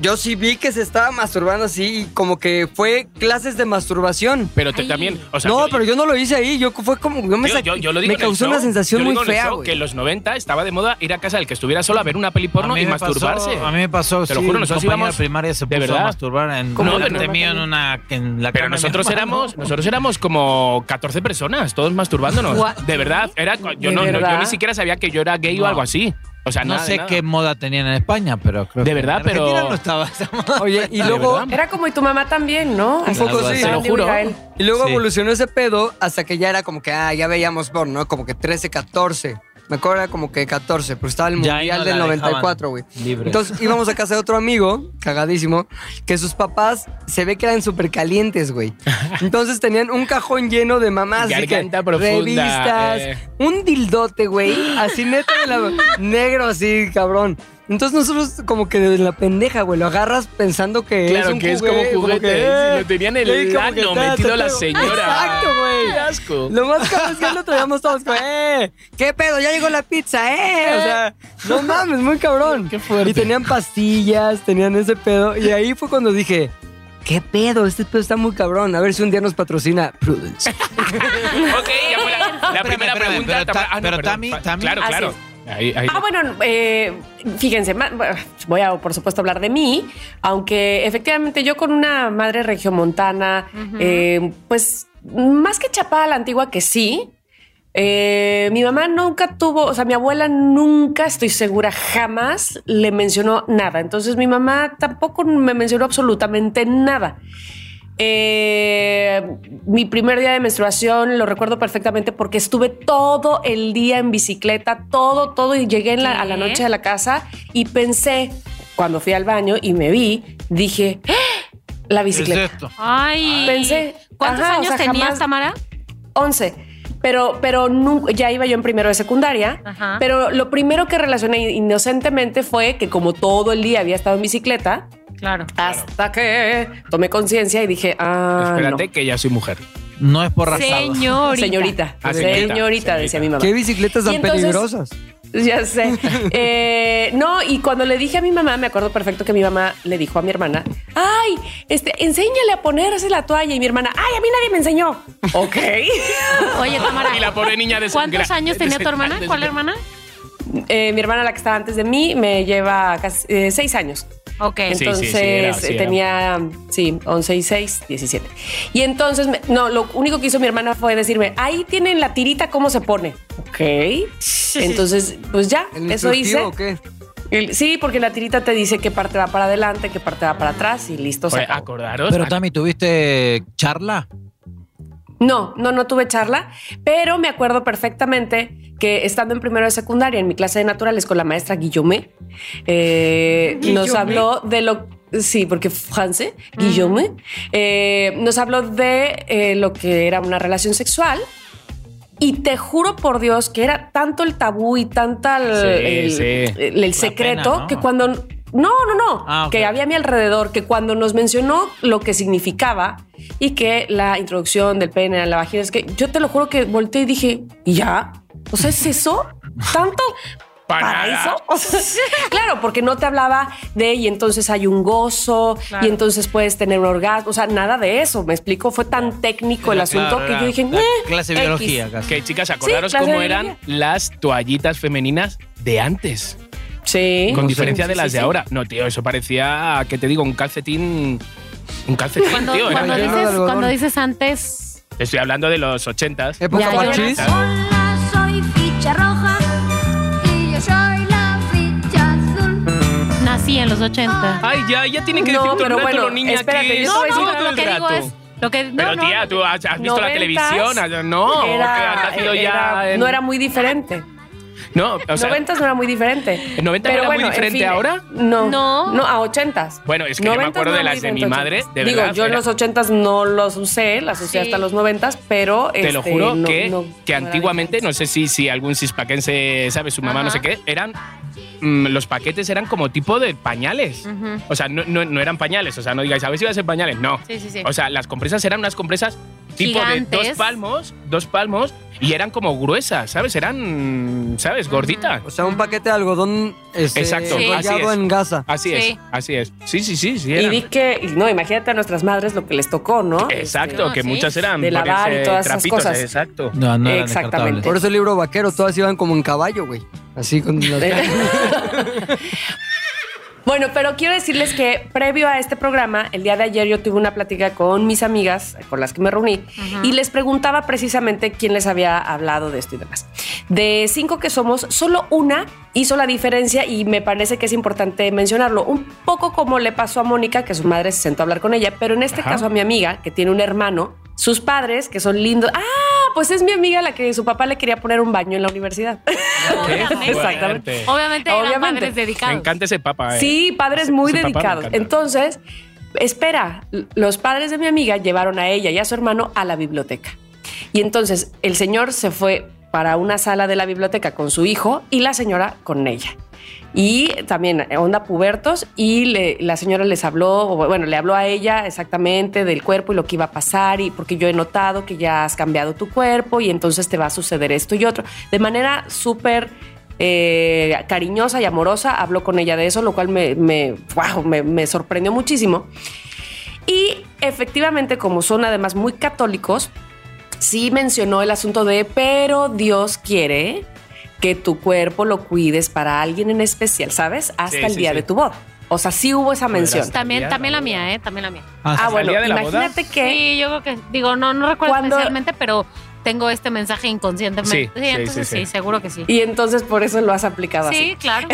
yo sí vi que se estaba masturbando así y como que fue clases de masturbación. Pero te- Ay. también. O sea, no, pero yo no lo hice ahí. Yo fue como, yo me, Yo, saqué- yo- yo lo digo me en el causó una show, sensación yo muy digo en el fea. show güey. que en los 90 estaba de moda ir a casa del que estuviera solo a ver una peli porno A mí y me pasó- masturbarse. a mí me pasó. Te lo sí, juro, un nosotros compañero íbamos- de primaria se de puso verdad. a masturbar en, ¿Cómo? delante Pero- mío en, una, en la Pero cama de mi nosotros hermano. éramos, nosotros éramos como 14 personas, todos masturbándonos. Gua- De verdad, era, yo, ¿De no, no, yo verdad? ni siquiera sabía que yo era gay o No. algo así. O sea, No nada de sé nada. qué moda tenían en España, pero creo De que verdad, en pero- Argentina no estaba esa moda. Oye, y ¿De luego verdad? Era como y tu mamá también, ¿no? Un poco sí. Te lo juro. Y luego Sí. evolucionó ese pedo hasta que ya era como que, ah, ya veíamos porno, ¿no? Como que 13, 14. Me acuerdo era como que 14, pero estaba el Ya ahí mundial no la del dejaban 94, güey. libre. Entonces íbamos a casa de otro amigo, cagadísimo, que sus papás se ve que eran súper calientes, güey. Entonces tenían un cajón lleno de mamás. así que Garganta profunda, Revistas, eh. un dildote, güey. Así neta de la. negro, así, cabrón. Entonces nosotros como que de la pendeja, güey, lo agarras pensando que Claro, es un que es como juguete, juguete, que, eh, sí, lo tenía en el sí, como que ano ta, ta, metido ta, la ta. señora. Exacto, Qué güey. asco. Lo más cabrón es que lo traíamos todos como, ¡eh! ¿Qué pedo? Ya llegó la pizza, ¡eh! O sea, no mames, muy cabrón. Qué fuerte. Y tenían pastillas, tenían ese pedo. Y ahí fue cuando dije, ¿qué pedo? Este pedo está muy cabrón. A ver si un día nos patrocina Prudence. Ok, ya fue la, la primera espérame, pregunta. pero Tamara- ta- no, pero perdón. Tami- Pa- Tami- Claro, Así claro. es. Ahí- ahí- Ah, bueno, eh, fíjense, ma- voy a por supuesto hablar de mí, aunque efectivamente yo con una madre regiomontana, eh, pues más que chapada a la antigua que sí, eh, mi mamá nunca tuvo, o sea, mi abuela nunca, estoy segura, jamás le mencionó nada. Entonces mi mamá tampoco me mencionó absolutamente nada. Eh, mi primer día de menstruación lo recuerdo perfectamente porque estuve todo el día en bicicleta, todo, todo, y llegué en la- a la ¿Qué? noche de la casa y pensé, cuando fui al baño y me vi, dije, ¡Ah! la ¿Qué es bicicleta. esto? Ay. Pensé, ¿Cuántos ajá, o años sea, tenías, jamás- Tamara? 11. Pero, pero nunca, ya iba yo en primero de secundaria. Ajá. Pero lo primero que relacioné inocentemente fue que como todo el día había estado en bicicleta, Claro. hasta que tomé conciencia y dije, ah, Espérate, no. que ya soy mujer. No es por raspado. Señorita. Señorita, Ah, señorita, señorita, decía mi mamá. ¿Qué bicicletas tan Y entonces- peligrosas? Ya sé. Eh, no, y cuando le dije a mi mamá, me acuerdo perfecto que mi mamá le dijo a mi hermana, ay, este, enséñale a ponerse la toalla. Y mi hermana, ay, a mí nadie me enseñó. ok. Oye, Tamara. Y la pobre niña de ¿Cuántos años tenía tu hermana? ¿Cuál hermana? Eh, mi hermana, la que estaba antes de mí, me lleva casi, eh, seis años. Ok. Sí, Entonces sí, era, sí, eh, era. tenía, sí, 11 y 6, 17. Y entonces, me- no, lo único que hizo mi hermana fue decirme, ahí tienen la tirita, ¿cómo se pone? Ok. Entonces, pues ya, ¿El eso hice. instructivo o qué? El- Sí, porque la tirita te dice qué parte va para adelante, qué parte va para atrás y listo. se Oye, ah, acabó. acordaros. Pero ac- Tami, ¿tuviste charla? No, no, no tuve charla, pero me acuerdo perfectamente que estando en primero de secundaria, en mi clase de naturales con la maestra Guillomé, eh, nos habló de lo... Sí, porque France, Guillomé, eh, nos habló de eh, lo que era una relación sexual. Y te juro por Dios que era tanto el tabú y tanta el, Sí, el- sí. el- el La secreto pena, ¿no? que cuando... No, no, no, Ah, ok. que había a mi alrededor que cuando nos mencionó lo que significaba y que la introducción del pene a la vagina es que yo te lo juro que volteé y dije, ¿y ya? O sea, ¿es eso? ¿Tanto? Para ¿Para nada. eso? O sea, claro, porque no te hablaba de y entonces hay un gozo Claro. y entonces puedes tener un orgasmo. O sea, nada de eso. Me explico, fue tan técnico el asunto Claro, que era yo dije, "Eh, la "Neh, clase de X". biología casi. Que chicas, acordaros Sí, clase cómo de eran las toallitas femeninas de antes. Sí. Con Sí, diferencia de sí, las sí, de sí. ahora. No, tío, eso parecía, ¿qué te digo? Un calcetín. Un calcetín, Cuando, tío. cuando era- dices, algodón. cuando dices antes. Estoy hablando de los 80 ¿Época Ya, yo- machis? Hola, soy ficha roja y yo soy la ficha azul. Nací en los Ah, 80. Ay, ya, ya tienen que No, decir todo el pero rato bueno, los niños espérate, aquí. Ah, yo te voy a decir todo el lo que digo rato. es. Lo que, no, Pero no, tía, tú has, has visto la Noventas, televisión. has- No, que has nacido ya. era- en- no era muy diferente. No, o sea, 90 no era muy diferente. ¿En 90 Pero era muy bueno, en diferente fin, ahora? No. No. No, a 80. Bueno, es que yo me acuerdo de las de mi madre, de Digo, verdad, yo en era- los 80 no los usé, las usé Sí. hasta los 90, pero. Te lo este, juro no- que, no- que no era antiguamente, diferente. no sé si, si algún cispaquense sabe, su mamá, no Ajá. sé qué, eran. mm, los paquetes eran como tipo de pañales. Ujú. O sea, no, no- no eran pañales. O sea, no digáis, a ver si iba a ser pañales. No. Sí, sí, sí. O sea, las compresas eran unas compresas tipo de Gigantes. dos palmos, dos palmos, y eran como gruesas, ¿sabes? Eran, ¿sabes? Gorditas. O sea, un paquete de algodón este, Exacto, Sí. enrollado así es. en gasa. Así es, Sí. así es. Sí, sí, sí, sí. Y eran. di que. y No, imagínate a nuestras madres lo que les tocó, este, ¿no? Exacto, No, que sí. muchas eran De lavar ponerse y todas esas trapitos, cosas. Exacto. No, no eran Exactamente. descartables. Por eso el libro vaquero, todas iban como en caballo, güey. Así con las... Bueno, pero quiero decirles que previo a este programa, el día de ayer yo tuve una plática con mis amigas, eh, con las que me reuní, y les preguntaba precisamente quién les había hablado de esto y demás. De cinco que somos, solo una hizo la diferencia y me parece que es importante mencionarlo, un poco como le pasó a Mónica, que su madre se sentó a hablar con ella, pero en este Ajá. caso a mi amiga, que tiene un hermano, sus padres, que son lindos. Ah, pues es mi amiga la que su papá le quería poner un baño en la universidad. Qué Exactamente. fuerte. Obviamente eran Obviamente. padres Me dedicados. encanta ese papa. eh. Sí, padres Ese- muy ese papa me dedicados. encanta. Entonces, espera, l- los padres de mi amiga llevaron a ella y a su hermano a la biblioteca. Y entonces el señor se fue para una sala de la biblioteca con su hijo y la señora con ella. Y también eh, onda pubertos y le- la señora les habló, o bueno, le habló a ella exactamente del cuerpo y lo que iba a pasar y porque yo he notado que ya has cambiado tu cuerpo y entonces te va a suceder esto y otro. De manera súper eh, cariñosa y amorosa, habló con ella de eso, lo cual me, me, wow, me, me sorprendió muchísimo. Y efectivamente, como son además muy católicos, sí mencionó el asunto de, pero Dios quiere que tu cuerpo lo cuides para alguien en especial, ¿sabes? Hasta Sí, el sí, día sí. de tu boda. O sea, sí hubo esa mención. Pues También, también la Sabía, mía, ¿eh? También la mía. Ah, Ah, bueno, día de la boda? imagínate que... Sí, yo creo que, digo, no, no recuerdo Cuando- especialmente, pero tengo este mensaje inconscientemente. Sí, Sí, sí, entonces sí, sí, sí. seguro que sí. Y entonces por eso lo has aplicado así. Sí, claro.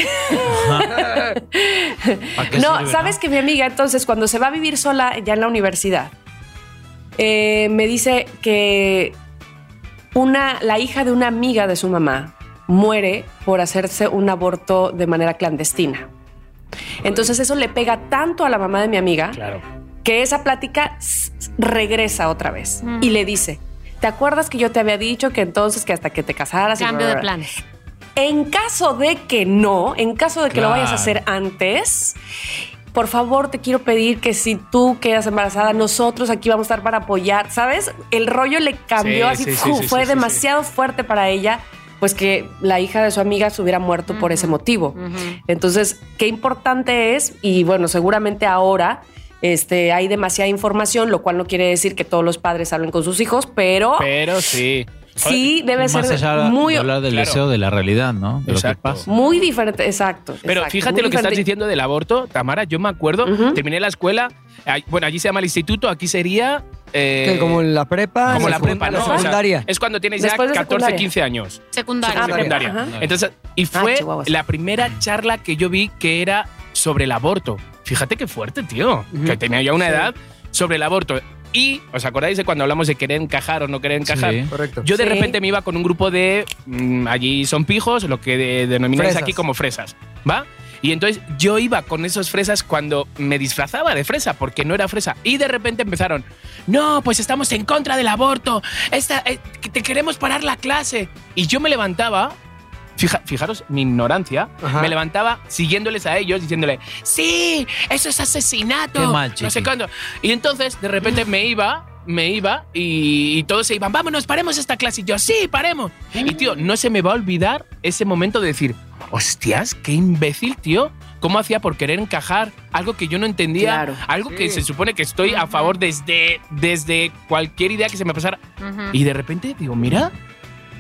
¿para qué No, sirve, sabes que mi amiga entonces cuando se va a vivir sola ya en la universidad, Eh, me dice que una, la hija de una amiga de su mamá muere por hacerse un aborto de manera clandestina. Entonces eso le pega tanto a la mamá de mi amiga Claro. que esa plática s- s- regresa otra vez Mm. y le dice, ¿te acuerdas que yo te había dicho que entonces que hasta que te casaras? y Cambio bla, de bla, bla"? planes. En caso de que no, en caso de que lo vayas a Claro. hacer antes, por favor te quiero pedir que si tú quedas embarazada, nosotros aquí vamos a estar para apoyar. ¿Sabes? El rollo le cambió Sí, así, sí, sí, ¡fu! sí, fue sí, sí, demasiado fuerte para ella, pues que la hija de su amiga se hubiera muerto por ese Ujú. motivo. Ujú. Entonces, qué importante es, y bueno, seguramente ahora este, hay demasiada información, lo cual no quiere decir que todos los padres hablen con sus hijos, pero... Pero sí. Sí, debe Más ser allá muy de hablar del claro. deseo de la realidad, ¿no? De Exacto. lo que pasa. Muy diferente, exacto. Pero exacto, fíjate muy lo que estás diferente. diciendo del aborto, Tamara. Yo me acuerdo, Ujú. terminé la escuela. ay, Bueno, allí se llama el instituto, aquí sería. eh, Que como la prepa, como la la prepa, ¿no? la O sea, secundaria. es cuando tienes ya Después de 14, secundaria. 15 años. Secundaria. Ah, Secundaria. secundaria. ajá. Ah, Entonces, y fue chihuahuas. la primera charla que yo vi que era sobre el aborto. Fíjate qué fuerte, tío. Que tenía ya una edad sobre el aborto. Y, ¿os acordáis de cuando hablamos de querer encajar o no querer encajar? Sí. Correcto. Yo de Sí. repente me iba con un grupo de. mm, allí son pijos, lo que de- denomináis Fresas. aquí como fresas, ¿va? Y entonces yo iba con esos fresas cuando me disfrazaba de fresa, porque no era fresa. Y de repente empezaron, no, pues estamos en contra del aborto, esta, eh, que te queremos parar la clase. Y yo me levantaba, fija- fijaros mi ignorancia, Ajá. me levantaba siguiéndoles a ellos, diciéndole, sí, eso es asesinato. Qué mal, no sé chiqui. cuándo. Y entonces de repente me iba, me iba y, y todos se iban, vámonos, paremos esta clase. Y yo, sí, paremos. Y tío, no se me va a olvidar ese momento de decir, hostias, qué imbécil, tío. ¿Cómo hacía por querer encajar algo que yo no entendía? Claro. Algo que Sí. se supone que estoy a favor desde, desde cualquier idea que se me pasara. Ujú. Y de repente digo, mira,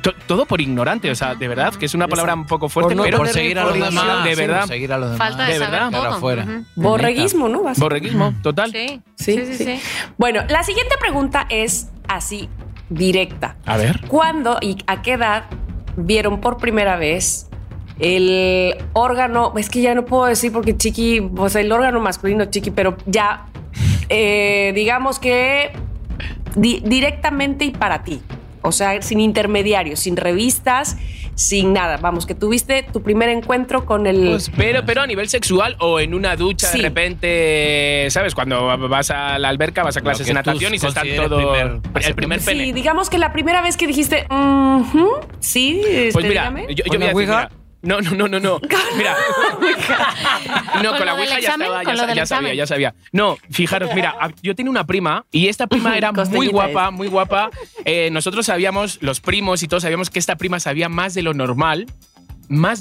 to- todo por ignorante. O sea, de verdad, que es una palabra un poco fuerte, no pero poner ignorancia, De sí, verdad. por seguir a los demás. Falta de, de saber verdad. todo. Para afuera. Ujú. Borreguismo, ¿no? Básico. Borreguismo, total. Sí. Sí, Sí, sí, sí. sí. Bueno, la siguiente pregunta es así, directa. A ver. ¿Cuándo y a qué edad vieron por primera vez el órgano? Es que ya no puedo decir porque chiqui, o sea, el órgano masculino chiqui, pero ya, eh, digamos que di- directamente y para ti. O sea, sin intermediarios, sin revistas, sin nada. Vamos, que tuviste tu primer encuentro con el... Pues, Pero, pero a nivel sexual o en una ducha Sí. de repente, ¿sabes? Cuando vas a la alberca, vas a clases que de tú natación y se están consideres todo primer el primer pene. Sí, digamos que la primera vez que dijiste, "Ujú, sí, este, pues mira, dígame". yo, yo voy ¿Con a la decir, ouija? mira, no, no, no, no, no. Mira. no, ¿Con con la lo del Ouija ya examen? estaba, ya, ¿Con lo sa- del ya sabía, examen? ya sabía. No, fijaros, mira, a- yo tenía una prima y esta prima era muy Costellita guapa, es. muy guapa. Eh, nosotros sabíamos, los primos y todos sabíamos que esta prima sabía más de lo normal, más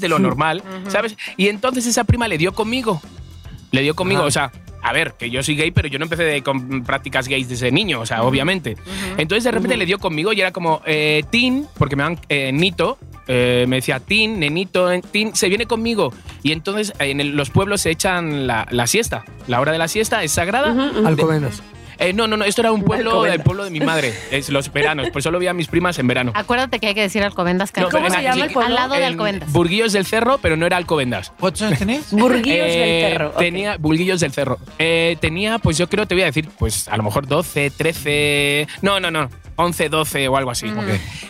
de lo normal, ¿sabes? Y entonces esa prima le dio conmigo. Le dio conmigo, o sea, a ver, que yo soy gay, pero yo no empecé de- con prácticas gays desde niño, o sea, obviamente. Entonces de repente le dio conmigo y era como, eh, Tin, porque me dan eh, Nito, eh, me decía Tin, Nenito, eh, Tin, se viene conmigo. Y entonces eh, en el- los pueblos se echan la, la siesta. La hora de la siesta es sagrada. Alcobendas. Eh, no, no, no, esto era un pueblo, Alcobendas. el pueblo de mi madre, es los veranos, pues solo veía a mis primas en verano. Acuérdate que hay que decir Alcobendas. No, Carlos. pero ¿Cómo se llama el pueblo? Al lado de En Alcobendas. Burguillos del Cerro, pero no era Alcobendas. ¿Cuántos años tenés? Burguillos Eh, del perro. ok. Tenía Burguillos del Cerro. Eh, tenía, pues yo creo, te voy a decir, pues a lo mejor 12, 13. No, no, no. 11, 12 o algo así.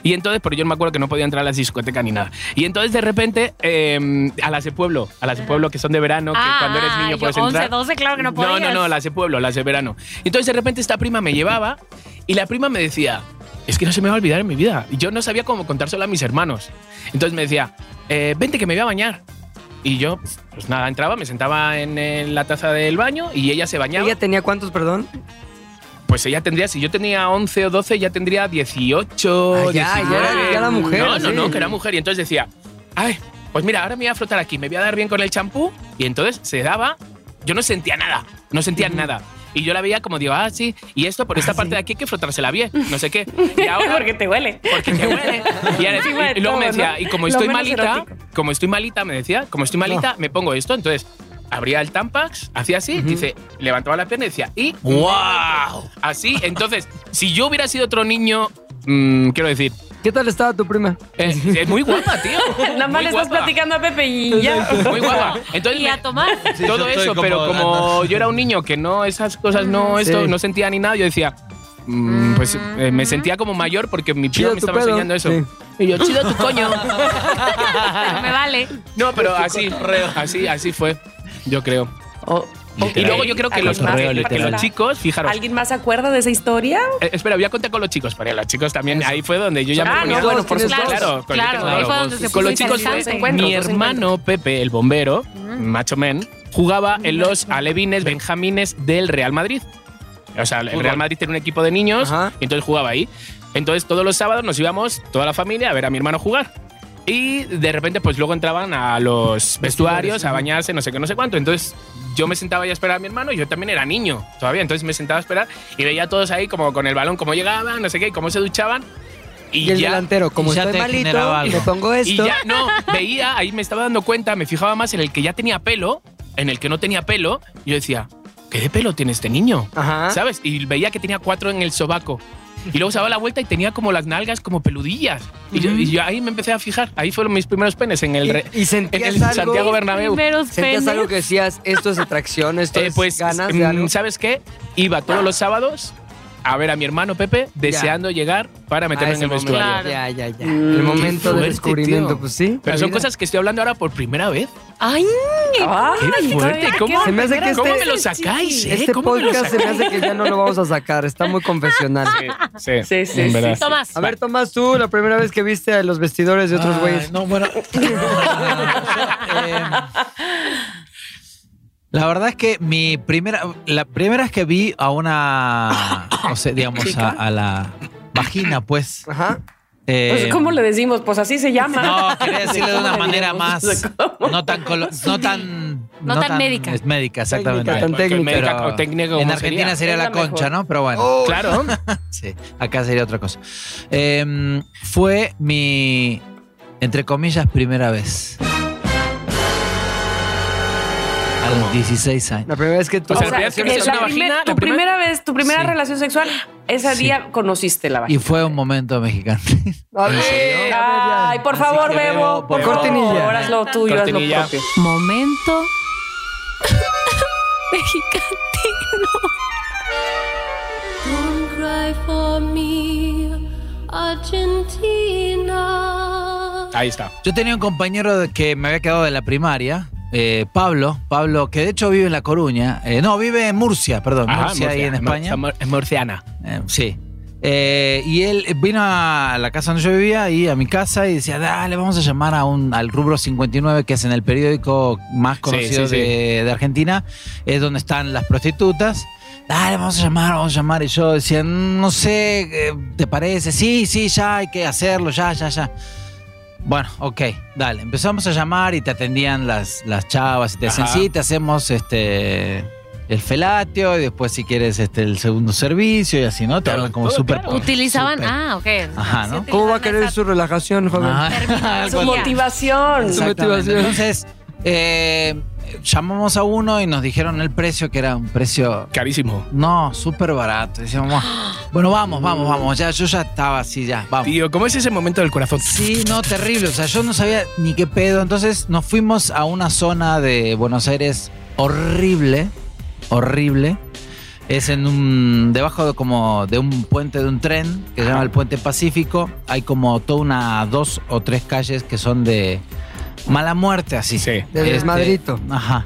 Y entonces, pero yo me acuerdo que no podía entrar a las discotecas ni nada. Y entonces, de repente, eh, a las de pueblo, a las de pueblo que son de verano, que Ah, cuando eres ah, niño yo puedes entrar. 11, 12, claro que no No, podías. no, no, las de pueblo, las de verano. Y entonces de repente esta prima me llevaba y la prima me decía, es que no se me va a olvidar en mi vida. Y Yo no sabía cómo contárselo a mis hermanos. Entonces me decía, "Eh, vente que me voy a bañar. Y yo, pues nada, entraba, me sentaba en, eh, la taza del baño y ella se bañaba. ¿Ella tenía cuántos, perdón? pues ella tendría, si yo tenía 11 o 12, ya tendría 18, Ah, ya, ya era- 19. ya era mujer, No, Oh, no, sí. no, que era mujer. Y entonces decía, ay, pues mira, ahora me voy a frotar aquí, me voy a dar bien con el champú. Y entonces se daba, yo no sentía nada, no sentía nada. Y yo la veía como digo, ah, sí, y esto por esta parte de aquí hay que frotársela bien, no sé qué. Y ahora, porque te huele. porque te huele. Y, ahora- Encima de y luego me todo, decía, ¿no? y como Lo estoy menos malita, erótico. como estoy malita, me decía, como estoy malita, me pongo esto. Entonces abría el Tampax, hacía así, dice, levantaba la pierna y decía, y ¡Wow! Así, entonces, si yo hubiera sido otro niño, mm, quiero decir, ¿Qué tal estaba tu prima? eh, es muy guapa, tío. Nada más Muy le estás guapa, platicando a Pepe y ya. Muy guapa. Entonces, Y me- a tomar. Sí, yo todo estoy eso, como- pero como yo era un niño que no, esas cosas no, esto, Sí. no sentía ni nada, yo decía, mm, pues Mm. eh, me sentía como mayor porque mi Chido tío me tu estaba pedo. enseñando eso. Sí. Y yo, chido tu coño. Pero me vale. No, pero así, así, así fue, yo creo. Y Literal. luego yo creo que los, Cotorreo que- que literal. los chicos, fijaros, ¿Alguien más se acuerda de esa historia? eh, espera, voy a contar con los chicos, para los chicos también, ahí fue donde yo ya Ah, me no, ponía. bueno, por supuesto, supuesto. Claro, con- Claro, ahí fue donde se con los puso chicos fue interesante. mi Dos hermano Pepe, el bombero, macho men, jugaba en los alevines benjamines del Real Madrid. O sea, el Fútbol. Real Madrid tenía un equipo de niños Ajá. y entonces jugaba ahí. Entonces todos los sábados nos íbamos, toda la familia, a ver a mi hermano jugar. Y de repente, pues luego entraban a los vestuarios, a bañarse, no sé qué, no sé cuánto. Entonces yo me sentaba ahí a esperar a mi hermano, y yo también era niño todavía, entonces me sentaba a esperar y veía a todos ahí como con el balón, cómo llegaban, no sé qué, y cómo se duchaban. Y, Y el ya, delantero, como ya estoy te malito, generaba algo. me pongo y esto. ya no, veía, ahí me estaba dando cuenta, me fijaba más en el que ya tenía pelo, en el que no tenía pelo, y yo decía, ¿qué de pelo tiene este niño? Ajá. ¿Sabes? Y veía que tenía cuatro en el sobaco. Y luego se daba la vuelta y tenía como las nalgas como peludillas. Y, yo, y yo ahí me empecé a fijar. Ahí fueron mis primeros penes en el, Y- re- y en sentías el algo. Santiago Bernabéu. Primeros Sentías penes. algo que decías, esto es atracción, esto Eh, es pues, ganas mm, de algo. ¿sabes qué? Iba todos los sábados a ver a mi hermano Pepe deseando llegar para Ah, meterme en ese el momento. vestuario. Claro. Ya, ya, ya. Mm, el momento fuerte, del descubrimiento, tío. pues sí. Pero la son vida. cosas que estoy hablando ahora por primera vez. Ay, Ay, ¡Qué fuerte! todavía ¿Cómo, Se me hace que ¿cómo este- me lo sacáis? eh? Este ¿Cómo me lo podcast se me sacáis? hace que ya no lo vamos a sacar, está muy confesional. Sí, Sí, sí, en sí. verdad. Tomás. A ver, Tomás, tú, la primera vez que viste a los vestidores de otros Ay, güeyes. No, bueno. Ah, o sea, eh, la verdad es que mi primera. La primera es que vi a una. No sé, digamos, a, a la vagina, pues. Ajá. eh, Pues, ¿Cómo le decimos? Pues así se llama. No, quería decirle de ¿Cómo una le manera diremos? más. No tan. colo- No tan. No tan médica. Es médica, exactamente. Técnica, tan Porque técnica. médica Pero o técnico, como en Argentina sería. Oh. sería, Es la, la concha, mejor. ¿no? Pero bueno. Claro. Sí, acá sería otra cosa. Em, fue mi, entre comillas, primera vez. A los 16 años. La primera vez que tú. O O sea, sea, la primera vez que que viste la una primer- vagina, la tu primera- primera vez, tu primera Sí. relación sexual, ese Sí. día conociste la Y vagina. fue un momento mexicano. A Ay, ver, a ver, ya. por Así favor, que Bebo, Bebo, por Bebo. favor, Cortinilla. ahora haz lo tuyo, haz lo Cortinilla. propio. Momento mexicantino. Don't cry for me, Argentina. Ahí está. Yo tenía un compañero de- que me había quedado de la primaria, eh, Pablo, Pablo, que de hecho vive en La Coruña. Eh, no, vive en Murcia, perdón, Ajá, Murcia, ahí en Murcia, España. Mur- Es murciana. Eh, sí. Eh, y él vino a la casa donde yo vivía y a mi casa y decía, dale, vamos a llamar a un, al rubro 59, que es en el periódico más conocido sí, sí. De, de Argentina, es donde están las prostitutas. Dale, vamos a llamar, vamos a llamar. Y yo decía, "Mm, no sé, eh, ¿te parece? Sí, sí, ya hay que hacerlo, ya, ya, ya. Bueno, ok, dale. Empezamos a llamar y te atendían las, las chavas y te decían, Ajá. sí, te hacemos este el felatio y después si quieres este el segundo servicio y así, ¿no? Te Claro, hablan como todo, súper... claro. Utilizaban. súper- Ah, ok. Ajá, Sí ¿no? ¿Cómo va a utilizaban querer esa- su relación, joven? Ah, Terminología. Su motivación. Su Exactamente. motivación. Entonces, eh, llamamos a uno y nos dijeron el precio, que era un precio... Carísimo. No, súper barato. Decíamos, "Buah, bueno, vamos, vamos, vamos. Ya, yo ya estaba así, ya, vamos. Tío, ¿cómo es ese momento del corazón? Sí, no, terrible. O sea, yo no sabía ni qué pedo. Entonces nos fuimos a una zona de Buenos Aires horrible, horrible. Es en un. debajo de como de un puente de un tren que se llama el Puente Pacífico. Hay como toda una, dos o tres calles que son de mala muerte, así. Este, Sí. De desmadrito. Ajá.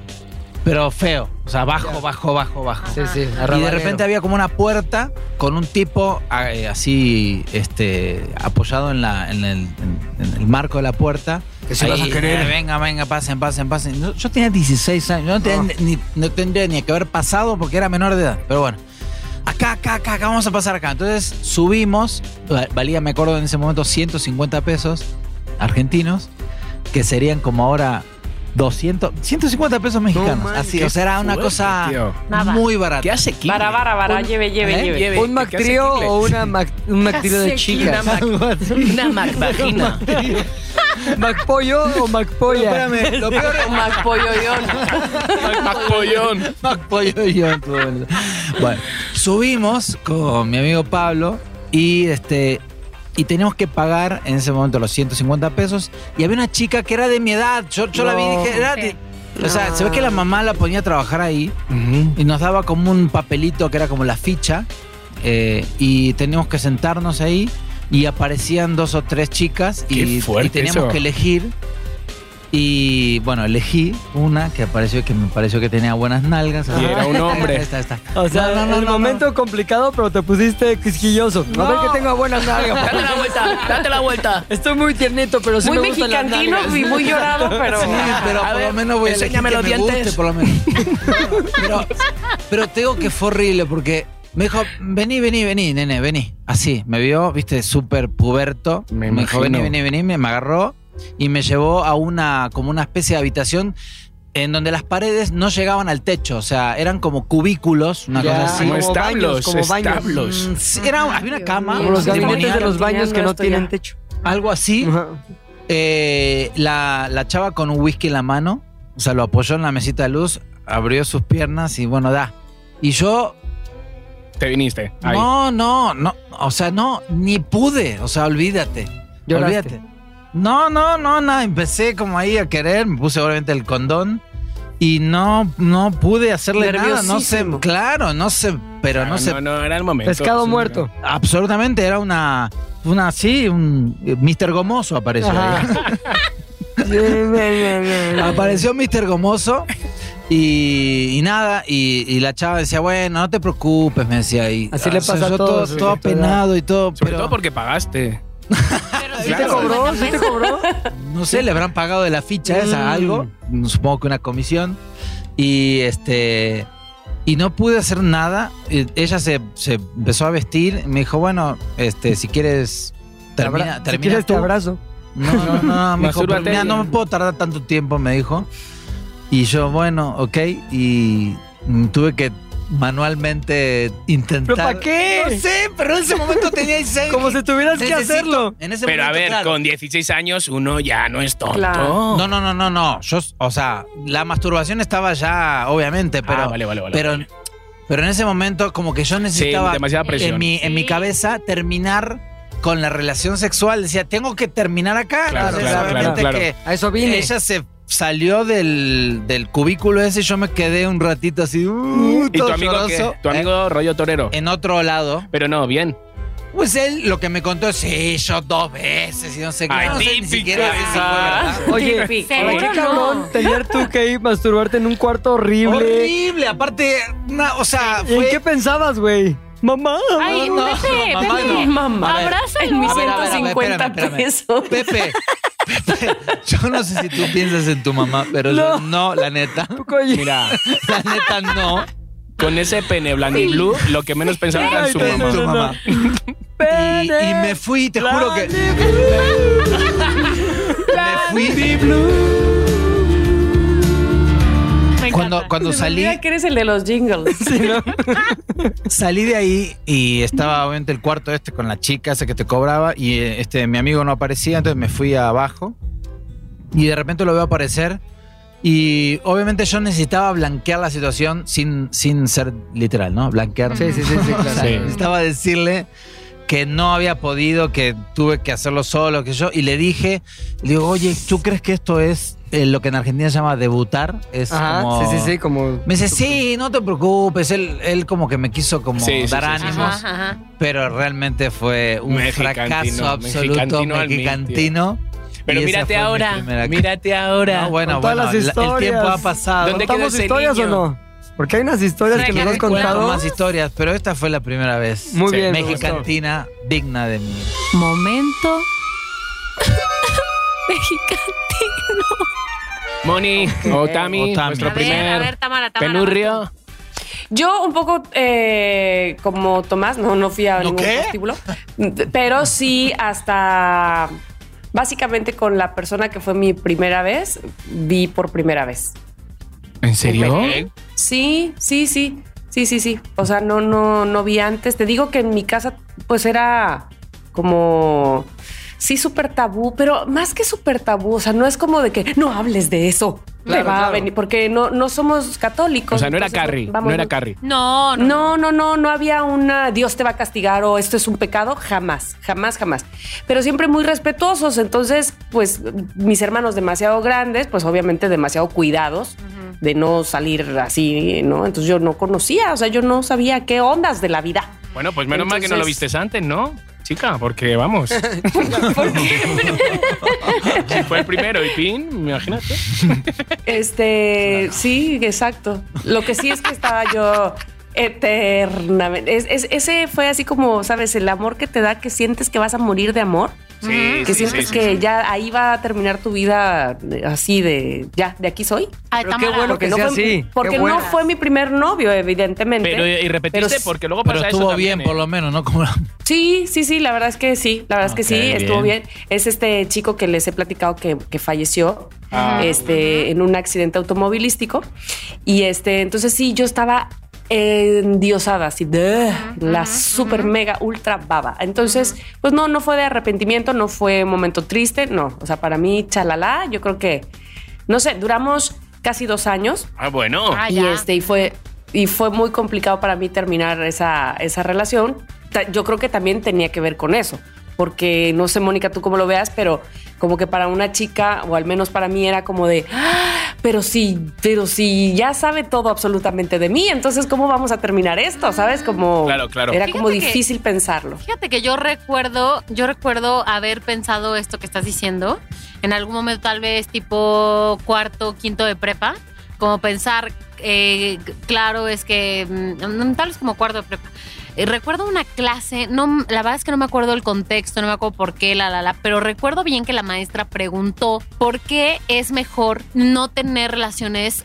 Pero feo. O sea, bajo, bajo, bajo, bajo. Sí, sí. Y de arrabalero. repente había como una puerta con un tipo eh, así, este, apoyado en, la, en, el, en- en el marco de la puerta. Que si vas a querer. eh, venga, venga, pasen, pasen, pasen. No, Yo tenía 16 años, yo no, tenía Ni, no tendría ni que haber pasado porque era menor de edad. Pero bueno, acá, acá, acá, acá, vamos a pasar acá. Entonces subimos, va- valía, me acuerdo en ese momento, 150 pesos argentinos, que serían como ahora 200, 150 pesos mexicanos. man, así, qué o sea, era una fuerte, cosa tío. Nada. muy barata. ¿Qué hace aquí? Vara, vara, vara, lleve, lleve, ¿Eh? lleve. Lleve, ¿Un ¿qué hace Mactrío Kickle? o una mac, un Mactrío de chicas? Una macvagina. ¿Macpollo o Macpolla? Espérame, lo peor es- Más polloyón. Macpollón. Pollo y yo en todo el- Bueno, subimos con mi amigo Pablo y este y teníamos que pagar en ese momento los 150 pesos y había una chica que era de mi edad, yo, yo la vi y dije, era de- o sea, se ve que la mamá la ponía a trabajar ahí y nos daba como un papelito que era como la ficha eh, y teníamos que sentarnos ahí y aparecían dos o tres chicas Qué y, fuerte y teníamos eso. que elegir. Y bueno, elegí una que apareció que me pareció que tenía buenas nalgas. Y era un hombre. Esta, esta. O sea, No, no, no, el no, no. momento complicado, pero te pusiste quisquilloso. A ver que tengo buenas nalgas. Date la vuelta, date la vuelta. Estoy muy tiernito, Pues pero sí Muy me gustan las mexicantino nalgas. y muy llorado, pero. ah, Sí, pero A por ver, lo menos voy a elegir que enséñame me los dientes. guste, por lo menos. pero, pero te digo que fue horrible porque me dijo, vení, vení, vení, nene, vení. Así, me vio, viste, súper puberto. Me Me, dijo, imagino. vení, vení, vení, me, me agarró y me llevó a una, como una especie de habitación en donde las paredes no llegaban al techo, o sea, eran como cubículos, una Ya. cosa así. Como como establos, baños, como baños. establos. Mm, sí, era- había una cama, Como los se te gabinetes ponía de los baños que no Esto ya. tienen techo. algo así. Ajá. Eh, la, la chava con un whisky en la mano, o sea, lo apoyó en la mesita de luz, abrió sus piernas y bueno, da. Y yo, Te viniste. Ahí. no, no, no, o sea, no, ni pude, o sea, olvídate. Lloraste. Olvídate. No, no, no, nada, empecé como ahí a querer, me puse obviamente el condón y no, no pude hacerle nada, no sé, Nerviosísimo. claro, no sé, pero no, Ah, no, sé, no, no, era el momento. Pescado Sí, muerto. absolutamente era una, una, sí, un eh, Mr. Gomoso apareció. ahí. Apareció Mr. Gomoso y, y nada, y, y la chava decía, bueno, no te preocupes, me decía. Y, Así le o sea, pasa a yo todos, Todo, sobre todo todo. apenado y todo, Sobre pero todo porque pagaste. Pero ¿Sí te cobró? ¿Sí te cobró? no sé, le habrán pagado de la ficha Mm. esa algo, supongo que una comisión. Y este... Y no pude hacer nada. Eh, Ella se, se empezó a vestir. Me dijo, bueno, este, si quieres... Termina, Si termina quieres, te tú". abrazo. No, no, no, me dijo, Masúrbate. "Pero mira, no me puedo tardar tanto tiempo, me dijo. Y yo, bueno, ok, y mm, tuve que manualmente intentar. ¿Pero para qué? No sé, pero en ese momento tenía diseño. Como si tuvieras que Necesito- hacerlo. En ese Pero a este momento, ver, claro. con 16 años uno ya no es tonto. Claro. No, no, no, no, no. Yo, o sea, la masturbación estaba ya, obviamente, pero. Ah, vale, vale, vale. pero, pero en ese momento, como que yo sí, necesitaba demasiada presión. en mi, en mi Sí. cabeza terminar con la relación sexual. Decía, tengo que terminar acá. Claro, Entonces, claro, claro, obviamente claro. que A eso vine. Ella se salió del, del cubículo ese y yo me quedé un ratito así, uh, ¿Y todo tu amigo qué? lloroso, Tu amigo rollo torero. eh, en otro lado. Pero no, bien. Pues él lo que me contó es, sí, yo dos veces y no sé qué. Ay, no sé ni típica. siquiera sé si fue Ah. verdad. Oye, Típico. pero qué Seguro cabrón no. tener tú que ir masturbarte en un cuarto horrible. Horrible, aparte, una- o sea, ¿Y ¿En fue... qué pensabas, güey? Mamá. Ay, No, no, vete, mamá, vete. no. Mamá. Abrázalo. En mis A ver, a ver, a ver, 150 espérame, pesos. espérame. Pepe, Pepe, yo no sé si tú piensas en tu mamá, pero yo no, la neta, Oye, Mira, la neta no. con ese pene blanco y blue, lo que menos pensaba era en su Ay, mamá. no, no, Tu no. mamá. Y, y me fui, te juro que... Me fui... Me encanta. Cuando, cuando salí, Mira que eres el de los jingles. salí de ahí y estaba obviamente el cuarto este con la chica esa que te cobraba y eh, este mi amigo no aparecía, entonces me fui abajo y de repente lo veo aparecer y obviamente yo necesitaba blanquear la situación sin, sin ser literal, ¿no? Blanquear. Sí, sí, sí, sí, O sea, claro. Sí. necesitaba decirle que no había podido, que tuve que hacerlo solo, que yo, y le dije, le digo, oye, ¿tú crees que esto es eh, lo que en Argentina se llama debutar? Es Ajá, como- sí, sí, sí, como... me dice, sí, no te preocupes. Él, él como que me quiso como Sí, sí, dar sí, sí, sí. ánimos, Ajá, ajá. pero realmente fue un Mexicantino, fracaso absoluto mexicantino al mil, mexicantino. Pero Y esa mírate fue mi ahora, primera- mírate ahora. No, bueno, Con todas bueno, las la- el tiempo historias. ha pasado. ¿Dónde quedó ¿Contamos ese historias niño? o no? Porque hay unas historias que nos has Recuerdo Cuento contado. más historias, pero esta fue la primera vez. Muy Sí, bien. me gustó. Mexicantina digna de mí. Momento. Mexicano. Moni, Otami, Eh, Otami. nuestro A ver, a primer ver, Tamara, Tamara. penurrio. Yo un poco eh, como Tomás, no, no fui a ¿No ningún qué? prostíbulo, pero sí hasta básicamente con la persona que fue mi primera vez, vi por primera vez. ¿En serio? Sí, sí, sí, sí, sí, sí. O sea, no, no, no vi antes. Te digo que en mi casa, pues era como sí súper tabú, pero más que súper tabú, o sea, no es como de que no hables de eso. Claro, te va a claro. venir porque no, no somos católicos. O sea, no era entonces, Carrie, vamos, no era Carrie. No, no. no, no, no, no había una Dios te va a castigar o esto es un pecado, jamás, jamás, jamás. Pero siempre muy respetuosos, entonces, pues mis hermanos demasiado grandes, pues obviamente demasiado cuidados de no salir así, ¿no? Entonces yo no conocía, o sea, yo no sabía qué ondas de la vida. Bueno, pues menos mal que no lo Entonces- vistes antes, ¿no? Chica, porque vamos. Si Fue el primero y pin, imagínate. Este, sí, exacto. Lo que sí es que estaba yo eternamente. es- es- ese fue así como, ¿sabes? El amor que te da que sientes que vas a morir de amor. Sí, que sí, sientes sí, sí, que sí. ya ahí va a terminar tu vida eh, así de, ya, de aquí soy. Ay, Pero qué Tamara, bueno que no sea fue, así. porque qué no bueno. fue mi primer novio, evidentemente. Pero eh, y repetiste Pero- porque luego pasa Pero eso estuvo también, bien, por ¿eh? lo menos, ¿no? Como Sí, sí, sí, la verdad es que sí, la verdad es que sí, Ok, estuvo bien. bien. Es este chico que les he platicado que, que falleció Ah. este, en un accidente automovilístico. Y este, entonces sí, yo estaba endiosada, así de la super mega ultra baba. Entonces, pues no, no fue de arrepentimiento, no fue momento triste, no. O sea, para mí, chalala, yo creo que, no sé, duramos casi dos años Ah, bueno. Ah, y ya. este y fue y fue muy complicado para mí terminar esa, esa relación. Ta- Yo creo que también tenía que ver con eso, porque no sé, Mónica, tú cómo lo veas, pero como que para una chica, o al menos para mí, era como de, "Ah, pero sí, pero sí, ya sabe todo absolutamente de mí, entonces, ¿cómo vamos a terminar esto? ¿Sabes? Como Claro, claro. era como Fíjate que- difícil pensarlo. Fíjate que yo recuerdo, yo recuerdo haber pensado esto que estás diciendo en algún momento, tal vez tipo cuarto, quinto de prepa, como pensar, eh, claro, es que mm, tal vez como cuarto de prepa. Eh, Recuerdo una clase, no, la verdad es que no me acuerdo el contexto, no me acuerdo por qué, la, la, la, pero recuerdo bien que la maestra preguntó por qué es mejor no tener relaciones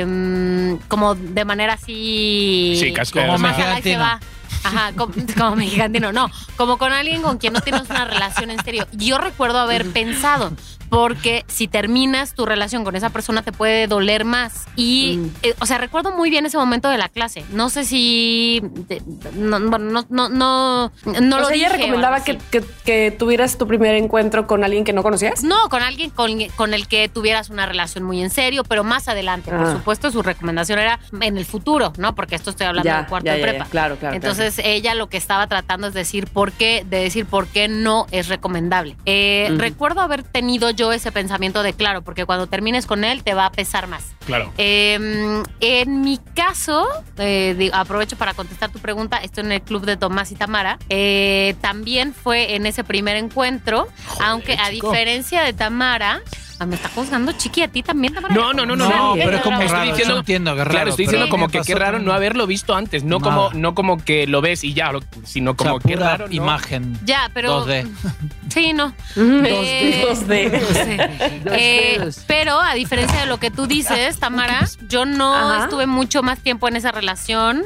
em, como de manera así... Sí, casi- como más Como al ahí se mexicantino. va. Ajá, como, como mexicantino, no, como con alguien con quien no tienes una relación en serio. Yo recuerdo haber pensado, porque si terminas tu relación con esa persona te puede doler más. Y, Mm. eh, o sea, recuerdo muy bien ese momento de la clase. No sé si... te- no, bueno, no, no, no, no o lo sea, ella dije o recomendaba algo que, así. que- que tuvieras tu primer encuentro con alguien que no conocías. No, con alguien con, con el que tuvieras una relación muy en serio, pero más adelante. Ah. Por supuesto, su recomendación era en el futuro, ¿no? Porque esto estoy hablando de cuarto de prepa. claro, claro. Entonces ella lo que estaba tratando es decir por qué, de decir por qué no es recomendable. Eh, Ujú. Recuerdo haber tenido yo ese pensamiento de claro, porque cuando termines con él te va a pesar más. Claro. Eh, en mi caso, eh, di- aprovecho para contestar tu pregunta, estoy en el club de Tomás y Tamara. Eh, también fue en ese primer encuentro, aunque a chico. diferencia de Tamara, Ah, me está juzgando chiqui a ti también, Tamara. No, no, no, no, No, no. pero es como Estoy raro, diciendo- yo entiendo que es Claro, raro, estoy pero- diciendo Sí, como me que pasó qué raro también. no haberlo visto antes, no como Nada. no como que lo ves y ya, lo- sino como o sea, qué pura raro ¿no? imagen. Ya, pero... 2D. Sí, no. Eh, dos de. no sé. Eh, pero a diferencia de lo que tú dices, Tamara, yo no Ajá. estuve mucho más tiempo en esa relación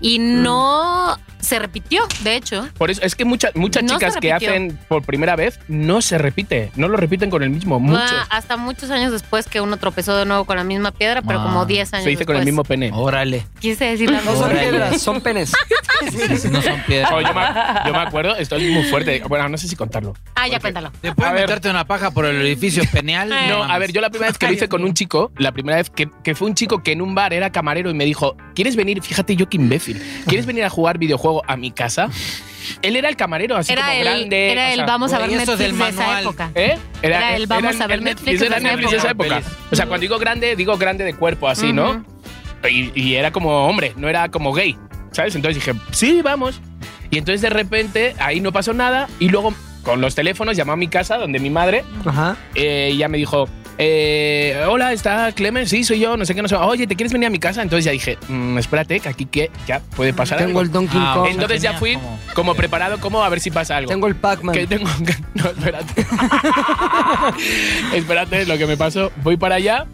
y no se repitió, de hecho. Por eso es que muchas muchas No se chicas que repitió. hacen por primera vez no se repite, no lo repiten con el mismo, muchos. Ah, hasta muchos años después que uno tropezó de nuevo con la misma piedra, pero Ah. como 10 años se dice con el mismo después. pene. Órale. Quise decir la No son misma. Órale. piedras, son penes. Si no son piedras. Oh, yo, me, yo me acuerdo, esto es muy fuerte. Bueno, no sé si contarlo. Ah, ya cuéntalo. ¿Te puedes A ver. meterte una paja por el edificio peneal? No, mames. a ver, yo la primera vez que lo hice con un chico, la primera vez que, que fue un chico que en un bar era camarero y me dijo, ¿quieres venir? Fíjate yo qué imbécil. ¿Quieres venir a jugar videojuego a mi casa? Él era el camarero, así Era como el, grande. era o el sea, vamos a güey, ver Netflix eso es del de esa manual. época. ¿eh? Era el vamos a ver Netflix Era en esa Netflix de esa época. época. O sea, cuando digo grande, digo grande de cuerpo, así, ¿no? Y, y era como hombre, no era como gay, ¿sabes? Entonces dije, sí, vamos. Y entonces de repente ahí no pasó nada y luego con los teléfonos llamó a mi casa donde mi madre Ajá. eh, y ya me dijo, eh, hola, ¿está Clemens? Sí, soy yo, no sé qué, no sé. Oye, ¿te quieres venir a mi casa? Entonces ya dije, "Mm, espérate, que aquí que ya puede pasar Tengo algo. el Donkey Ah, Kong. ok. Entonces ya Tenías fui como, como- preparado, como a ver si pasa algo. Tengo el Pac-Man. que tengo No, espérate. espérate, lo que me pasó. Voy para allá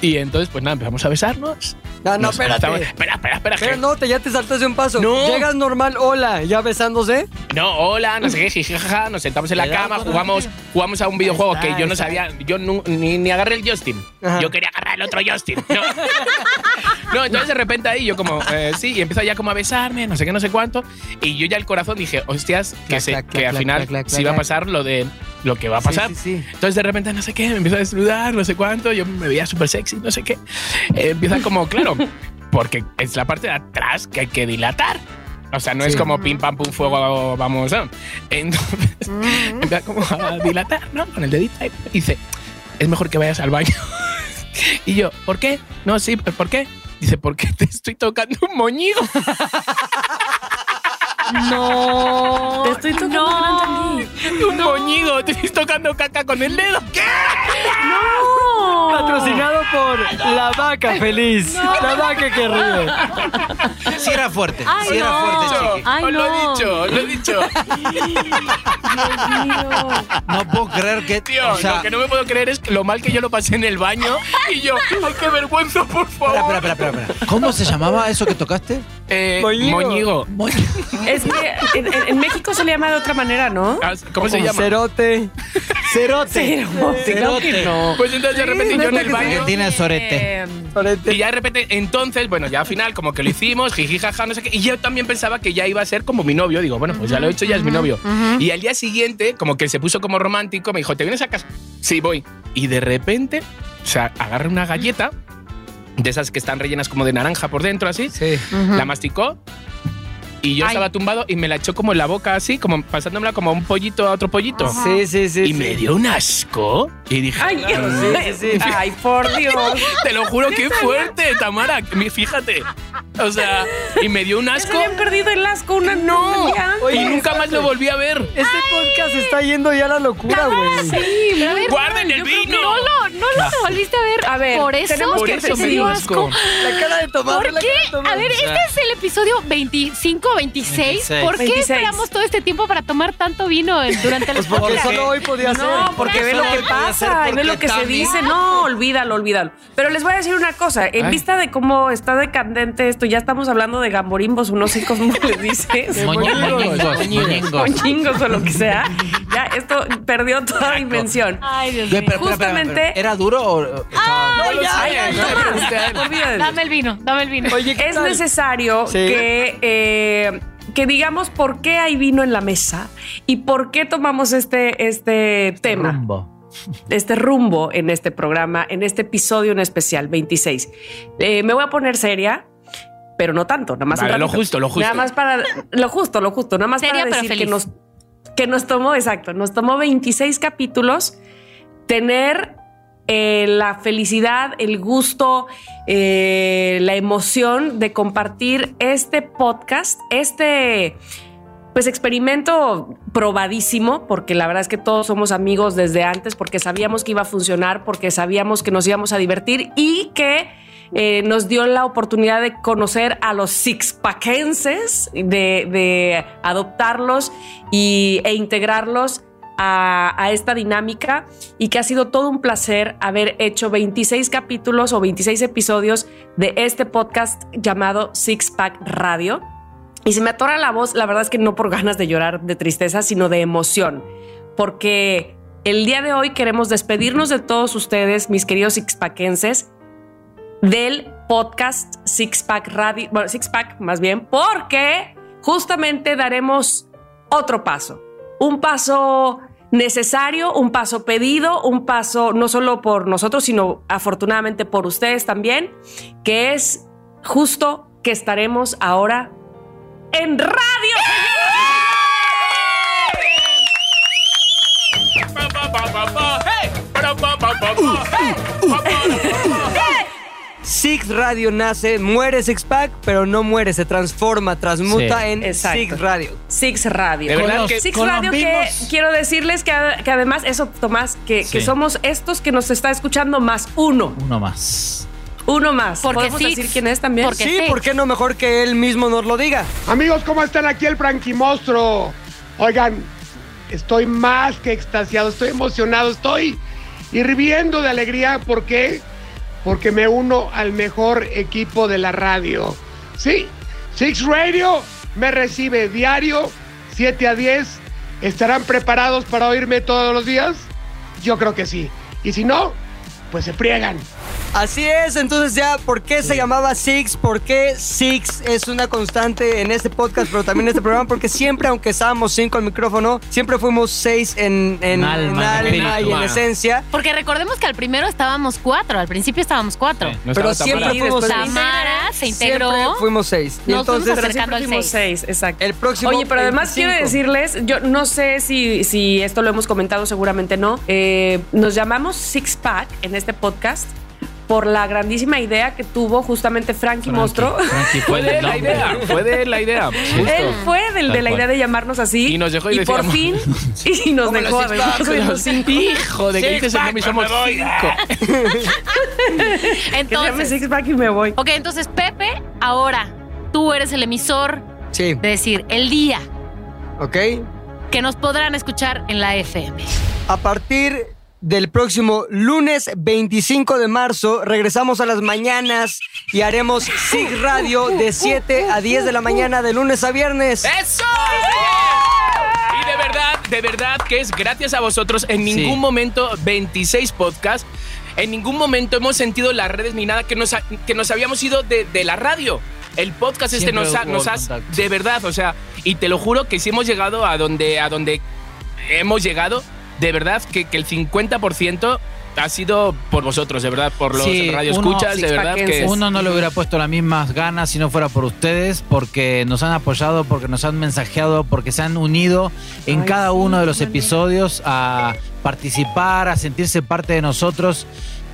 y entonces, pues nada, empezamos a besarnos. Ah, no, Nos abrazamos. espérate. Espera, espera, espera. Pero que- no, te, ya te saltaste un paso. No. Llegas normal, hola, ya besándose. No, hola, no sé qué, jiji, jaja, nos sentamos en la Le damos cama, con la jugamos, tele. jugamos a un videojuego Ahí está, que yo no ahí está. sabía, yo nu- ni, ni agarré el Justin. Ajá. Yo quería agarrar el otro Justin. No. No, entonces de repente ahí yo como, eh, sí, y empieza ya como a besarme, no sé qué, no sé cuánto. Y yo ya el corazón dije, hostias, que, Clac, se, clac, que clac, al clac, final clac, clac, sí va a clac. pasar lo de lo que va a pasar. Sí, sí, sí. Entonces de repente no sé qué, me empieza a desnudar, no sé cuánto, yo me veía súper sexy, no sé qué. Eh, empieza como, claro, porque es la parte de atrás que hay que dilatar. O sea, no es Sí. como pim pam pum fuego, vamos. ¿no? Entonces empieza como a dilatar, ¿no? Con el dedito ahí. Y dice, es mejor que vayas al baño. y yo, ¿por qué? No, sí, ¿por qué? Dice, porque te estoy tocando un moñigo. No. Te estoy tocando, no No. entendí. Un moñido, te estoy tocando caca con el dedo. ¿Qué? Patrocinado por La Vaca Feliz. La Vaca que ríe. Sí era fuerte. Ay, sí era no. fuerte, chiqui. Ay, Os lo he no. dicho, os lo he dicho. No puedo creer que. Tío, o sea, lo que no me puedo creer es lo mal que yo lo pasé en el baño y yo, ¡ay, qué vergüenza, por favor! espera, espera, espera, espera, espera. ¿Cómo se llamaba eso que tocaste? Eh, Moñigo. moñigo. Es que en, en- en México se le llama de otra manera, ¿no? Ah, ¿Cómo se llama? Cerote. Sí, Cerote. no, creo que Cerote. no. Pues entonces de repente yo en el baño Argentina es sorete. Eh, Cerote. Y ya de repente, entonces, bueno, ya al final, como que lo hicimos, jiji, jaja, no sé qué. Y yo también pensaba que ya iba a ser como mi novio. Digo, bueno, pues ya lo he hecho, ya es mi novio. Y al día siguiente, como que se puso como romántico, me dijo, ¿te vienes a casa? Sí, voy. Y de repente, o sea, agarra una galleta, de esas que están rellenas como de naranja por dentro, así, Sí. la masticó. Y yo Ay. estaba tumbado y me la echó como en la boca, así, como pasándomela como un pollito a otro pollito. Sí, sí, sí. Y sí. me dio un asco. Y dije, Ay, sí, sí, sí. ay, por Dios. Te lo juro, qué fuerte, Tamara. Mi- Fíjate. O sea, y me dio un Ya se asco habían perdido el asco una no. y nunca más lo volví a ver. Este podcast está yendo ya a la locura, güey. Pero a ver, ¡Guarden el yo creo que vino! No lo, no lo volviste a ver. A ver, por eso, tenemos Por que eso te me dio dio asco. asco. La cara de Tomás. ¿Por la qué? cara de Tomás. A ver, este es el episodio 25, 26. 26. ¿Por qué 26? esperamos todo este tiempo para tomar tanto vino en- durante los Pues porque podcasts? solo hoy podía ser. No, porque ve lo solo que lo voy a hacer pasa y ve porque lo que se Tami- dice. No, olvídalo, olvídalo. Pero les voy a decir una cosa. En Ay. vista de cómo está decadente esto, ya estamos hablando de gamborimbos, unos sé cómo les dices. Moñi- Moñingos. Moñingos. Moñingos o lo que sea. Ya, esto perdió toda dimensión. Ay, Dios Ve, mío. pero, espera, espera, Justamente- espera. ¿Era duro o.? o- No lo sé, no le pregunté a él. Olvídate. Dame el vino, dame el vino. Oye, ¿qué es tal? necesario Sí. que, eh, que digamos por qué hay vino en la mesa y por qué tomamos este, este tema, Rumbo. este rumbo en este programa, en este episodio en especial, 26. Eh, me voy a poner seria, pero no tanto, nada más. un Vale, lo ratito. justo, lo justo. Nada más para lo justo, lo justo, nada más Seria, para pero decir que feliz. nos que nos tomó, exacto, nos tomó 26 capítulos tener eh, la felicidad, el gusto, eh, la emoción de compartir este podcast, este pues experimento probadísimo, porque la verdad es que todos somos amigos desde antes, porque sabíamos que iba a funcionar, porque sabíamos que nos íbamos a divertir y que eh, nos dio la oportunidad de conocer a los sixpackenses, de, de adoptarlos y, e integrarlos a, a esta dinámica y que ha sido todo un placer haber hecho 26 capítulos o 26 episodios de este podcast llamado Six Pack Radio. Y se me atora la voz, la verdad es que no por ganas de llorar de tristeza, sino de emoción, porque el día de hoy queremos despedirnos de todos ustedes, mis queridos sixpackenses, del podcast Six Pack Radio, bueno, Six Pack más bien, porque justamente daremos otro paso, un paso necesario, un paso pedido, un paso no solo por nosotros, sino afortunadamente por ustedes también, que es justo que estaremos ahora en radio. Pa, pa, pa, pa, pa. Hey. Para, pa, pa, pa, pa. Hey. Pa, pa, pa, pa. Six Radio nace, muere Six Pack, pero no muere, se transforma, transmuta Sí. en Exacto. Six Radio. Six Radio. De verdad Con los- que- Six eh, con los Radio que mismos- quiero decirles que, que además eso, Tomás, que, que Sí. somos estos que nos está escuchando más uno, Uno más. uno más. Porque ¿Podemos Six. decir quién es también? Porque- Sí, sí. ¿por qué no mejor que él mismo nos lo diga? Amigos, ¿cómo están aquí el Franquimostro? Oigan, estoy más que extasiado, estoy emocionado, estoy hirviendo de alegría. ¿Por qué? Porque me uno al mejor equipo de la radio. Sí, Six Radio me recibe diario, 7 a 10. ¿Estarán preparados para oírme todos los días? Yo creo que sí. Y si no, pues se friegan. Así es, entonces ya, ¿por qué se llamaba Six? ¿Por qué Six es una constante en este podcast, pero también en este programa? Porque siempre, aunque estábamos cinco al micrófono, siempre fuimos seis en, en- En alma, en en alma y en espíritu. esencia. Porque recordemos que al primero estábamos cuatro, al principio estábamos cuatro. No Pero estaba siempre Tamara. fuimos seis. Tamara se integró. Siempre fuimos seis. Y Nos fuimos entonces, acercando. Siempre al fuimos seis. seis, exacto. el próximo. Oye, pero además 25. quiero decirles, yo no sé si, si esto lo hemos comentado, seguramente no. eh, nos llamamos Six Pack en este podcast por la grandísima idea que tuvo justamente Frankie, Mostro. Fue Frankie fue de el él la idea, fue de él la idea. justo. Él fue del de Tal la idea cual. de llamarnos así. Y nos dejó y por decíamos- fin. Y nos Como dejó los a ver. los cinco. Hijo de que Six dices el pack, nombre y somos me voy. cinco. Que se llame Entonces, Six Pack y me voy. ok, entonces Pepe, ahora tú eres el emisor Sí, de decir el día ok. que nos podrán escuchar en la FM. A partir del próximo lunes 25 de marzo regresamos a las mañanas y haremos SIG Radio de 7 a 10 de la mañana de lunes a viernes. ¡Eso! Y de verdad, de verdad que es gracias a vosotros. En ningún Sí. momento, 26 podcasts, en ningún momento hemos sentido las redes ni nada que nos, ha- que nos habíamos ido de, de la radio. El podcast este Siempre nos ha, hubo nos ha- contacto. de verdad, o sea, y te lo juro que si hemos llegado a donde, a donde hemos llegado, de verdad que, que el 50% ha sido por vosotros, de verdad, por los Sí, radioescuchas, uno- de verdad que... sixpackenses. Uno no le hubiera puesto las mismas ganas si no fuera por ustedes, porque nos han apoyado, porque nos han mensajeado, porque se han unido en Ay, cada sí, uno de los Manuel. episodios a participar, a sentirse parte de nosotros.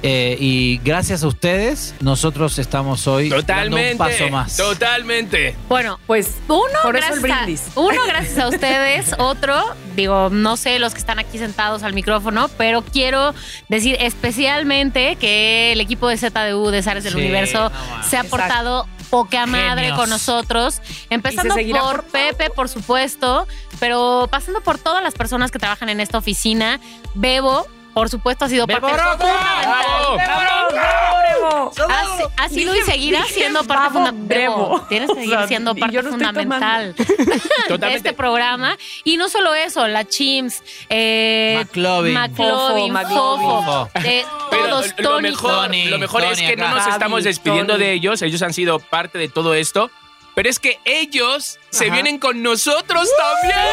eh, y gracias a ustedes, nosotros estamos hoy Totalmente. dando un paso más. Totalmente. Bueno, Pues Uno, Por eso gracias el brindis. A, uno, gracias a ustedes. Otro, digo, no sé los que están aquí sentados al micrófono, pero quiero decir especialmente que el equipo de ZDU de Zares del Sí, Universo no mames. se ha Exacto. portado poca madre Genios. con nosotros. Empezando Y se seguirá por portando. Pepe, por supuesto, pero pasando por todas las personas que trabajan en esta oficina. Bebo, por supuesto, ha sido Bebo parte Roca. fundamental. ¡Bravo! ¡Vámonos, vámonos, Brevo! Así, así lo y Dije- seguirá dije siendo parte babo, fundamental. brebo. Tienes que O seguir sea, siendo y parte yo no estoy fundamental de Totalmente. este programa. Y no solo eso, la Chims, eh, McLovin. McLovin, Fofo, McLovin. Fofo, eh, Pero todos, lo Tony. mejor, Tony, lo mejor es Tony que no acá. nos estamos Javi, despidiendo Tony. de ellos, ellos han sido parte de todo esto, pero es que ellos se Ajá. vienen con nosotros también.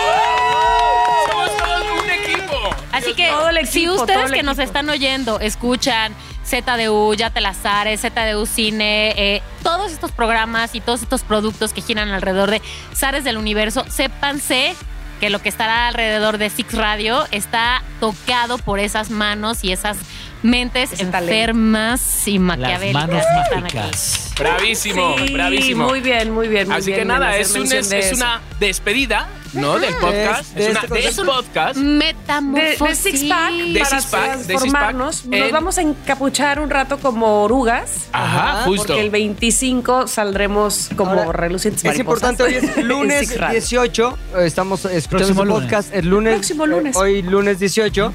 Somos todos un equipo. Así que Todo el si equipo, todo ustedes el que nos equipo. están oyendo escuchan ZDU, Ya te las ares, ZDU Cine, eh, todos estos programas y todos estos productos que giran alrededor de Zares del Universo, sépanse que lo que estará alrededor de Six Radio está tocado por esas manos y esas mentes Ese talento. enfermas y Las maquiavélicas manos que están aquí. mágicas. Bravísimo, Sí, bravísimo. Muy bien, muy bien. muy Así que bien en nada, hacer es, un- mención es- de es eso. una despedida, ¿no? Del podcast. de es una este concepto. despodcast. Mm. de, Metamorfosis. de Six Pack De para Six Pack, de Six Pack, transformarnos. Nos en- vamos a encapuchar un rato como orugas. Ajá, Ajá, justo. Porque el 25 saldremos como Ahora, relucientes Es importante, hoy es lunes 18. 18, eh, estamos escuchando Próximo su lunes. podcast el lunes. Próximo lunes. eh, Hoy lunes 18.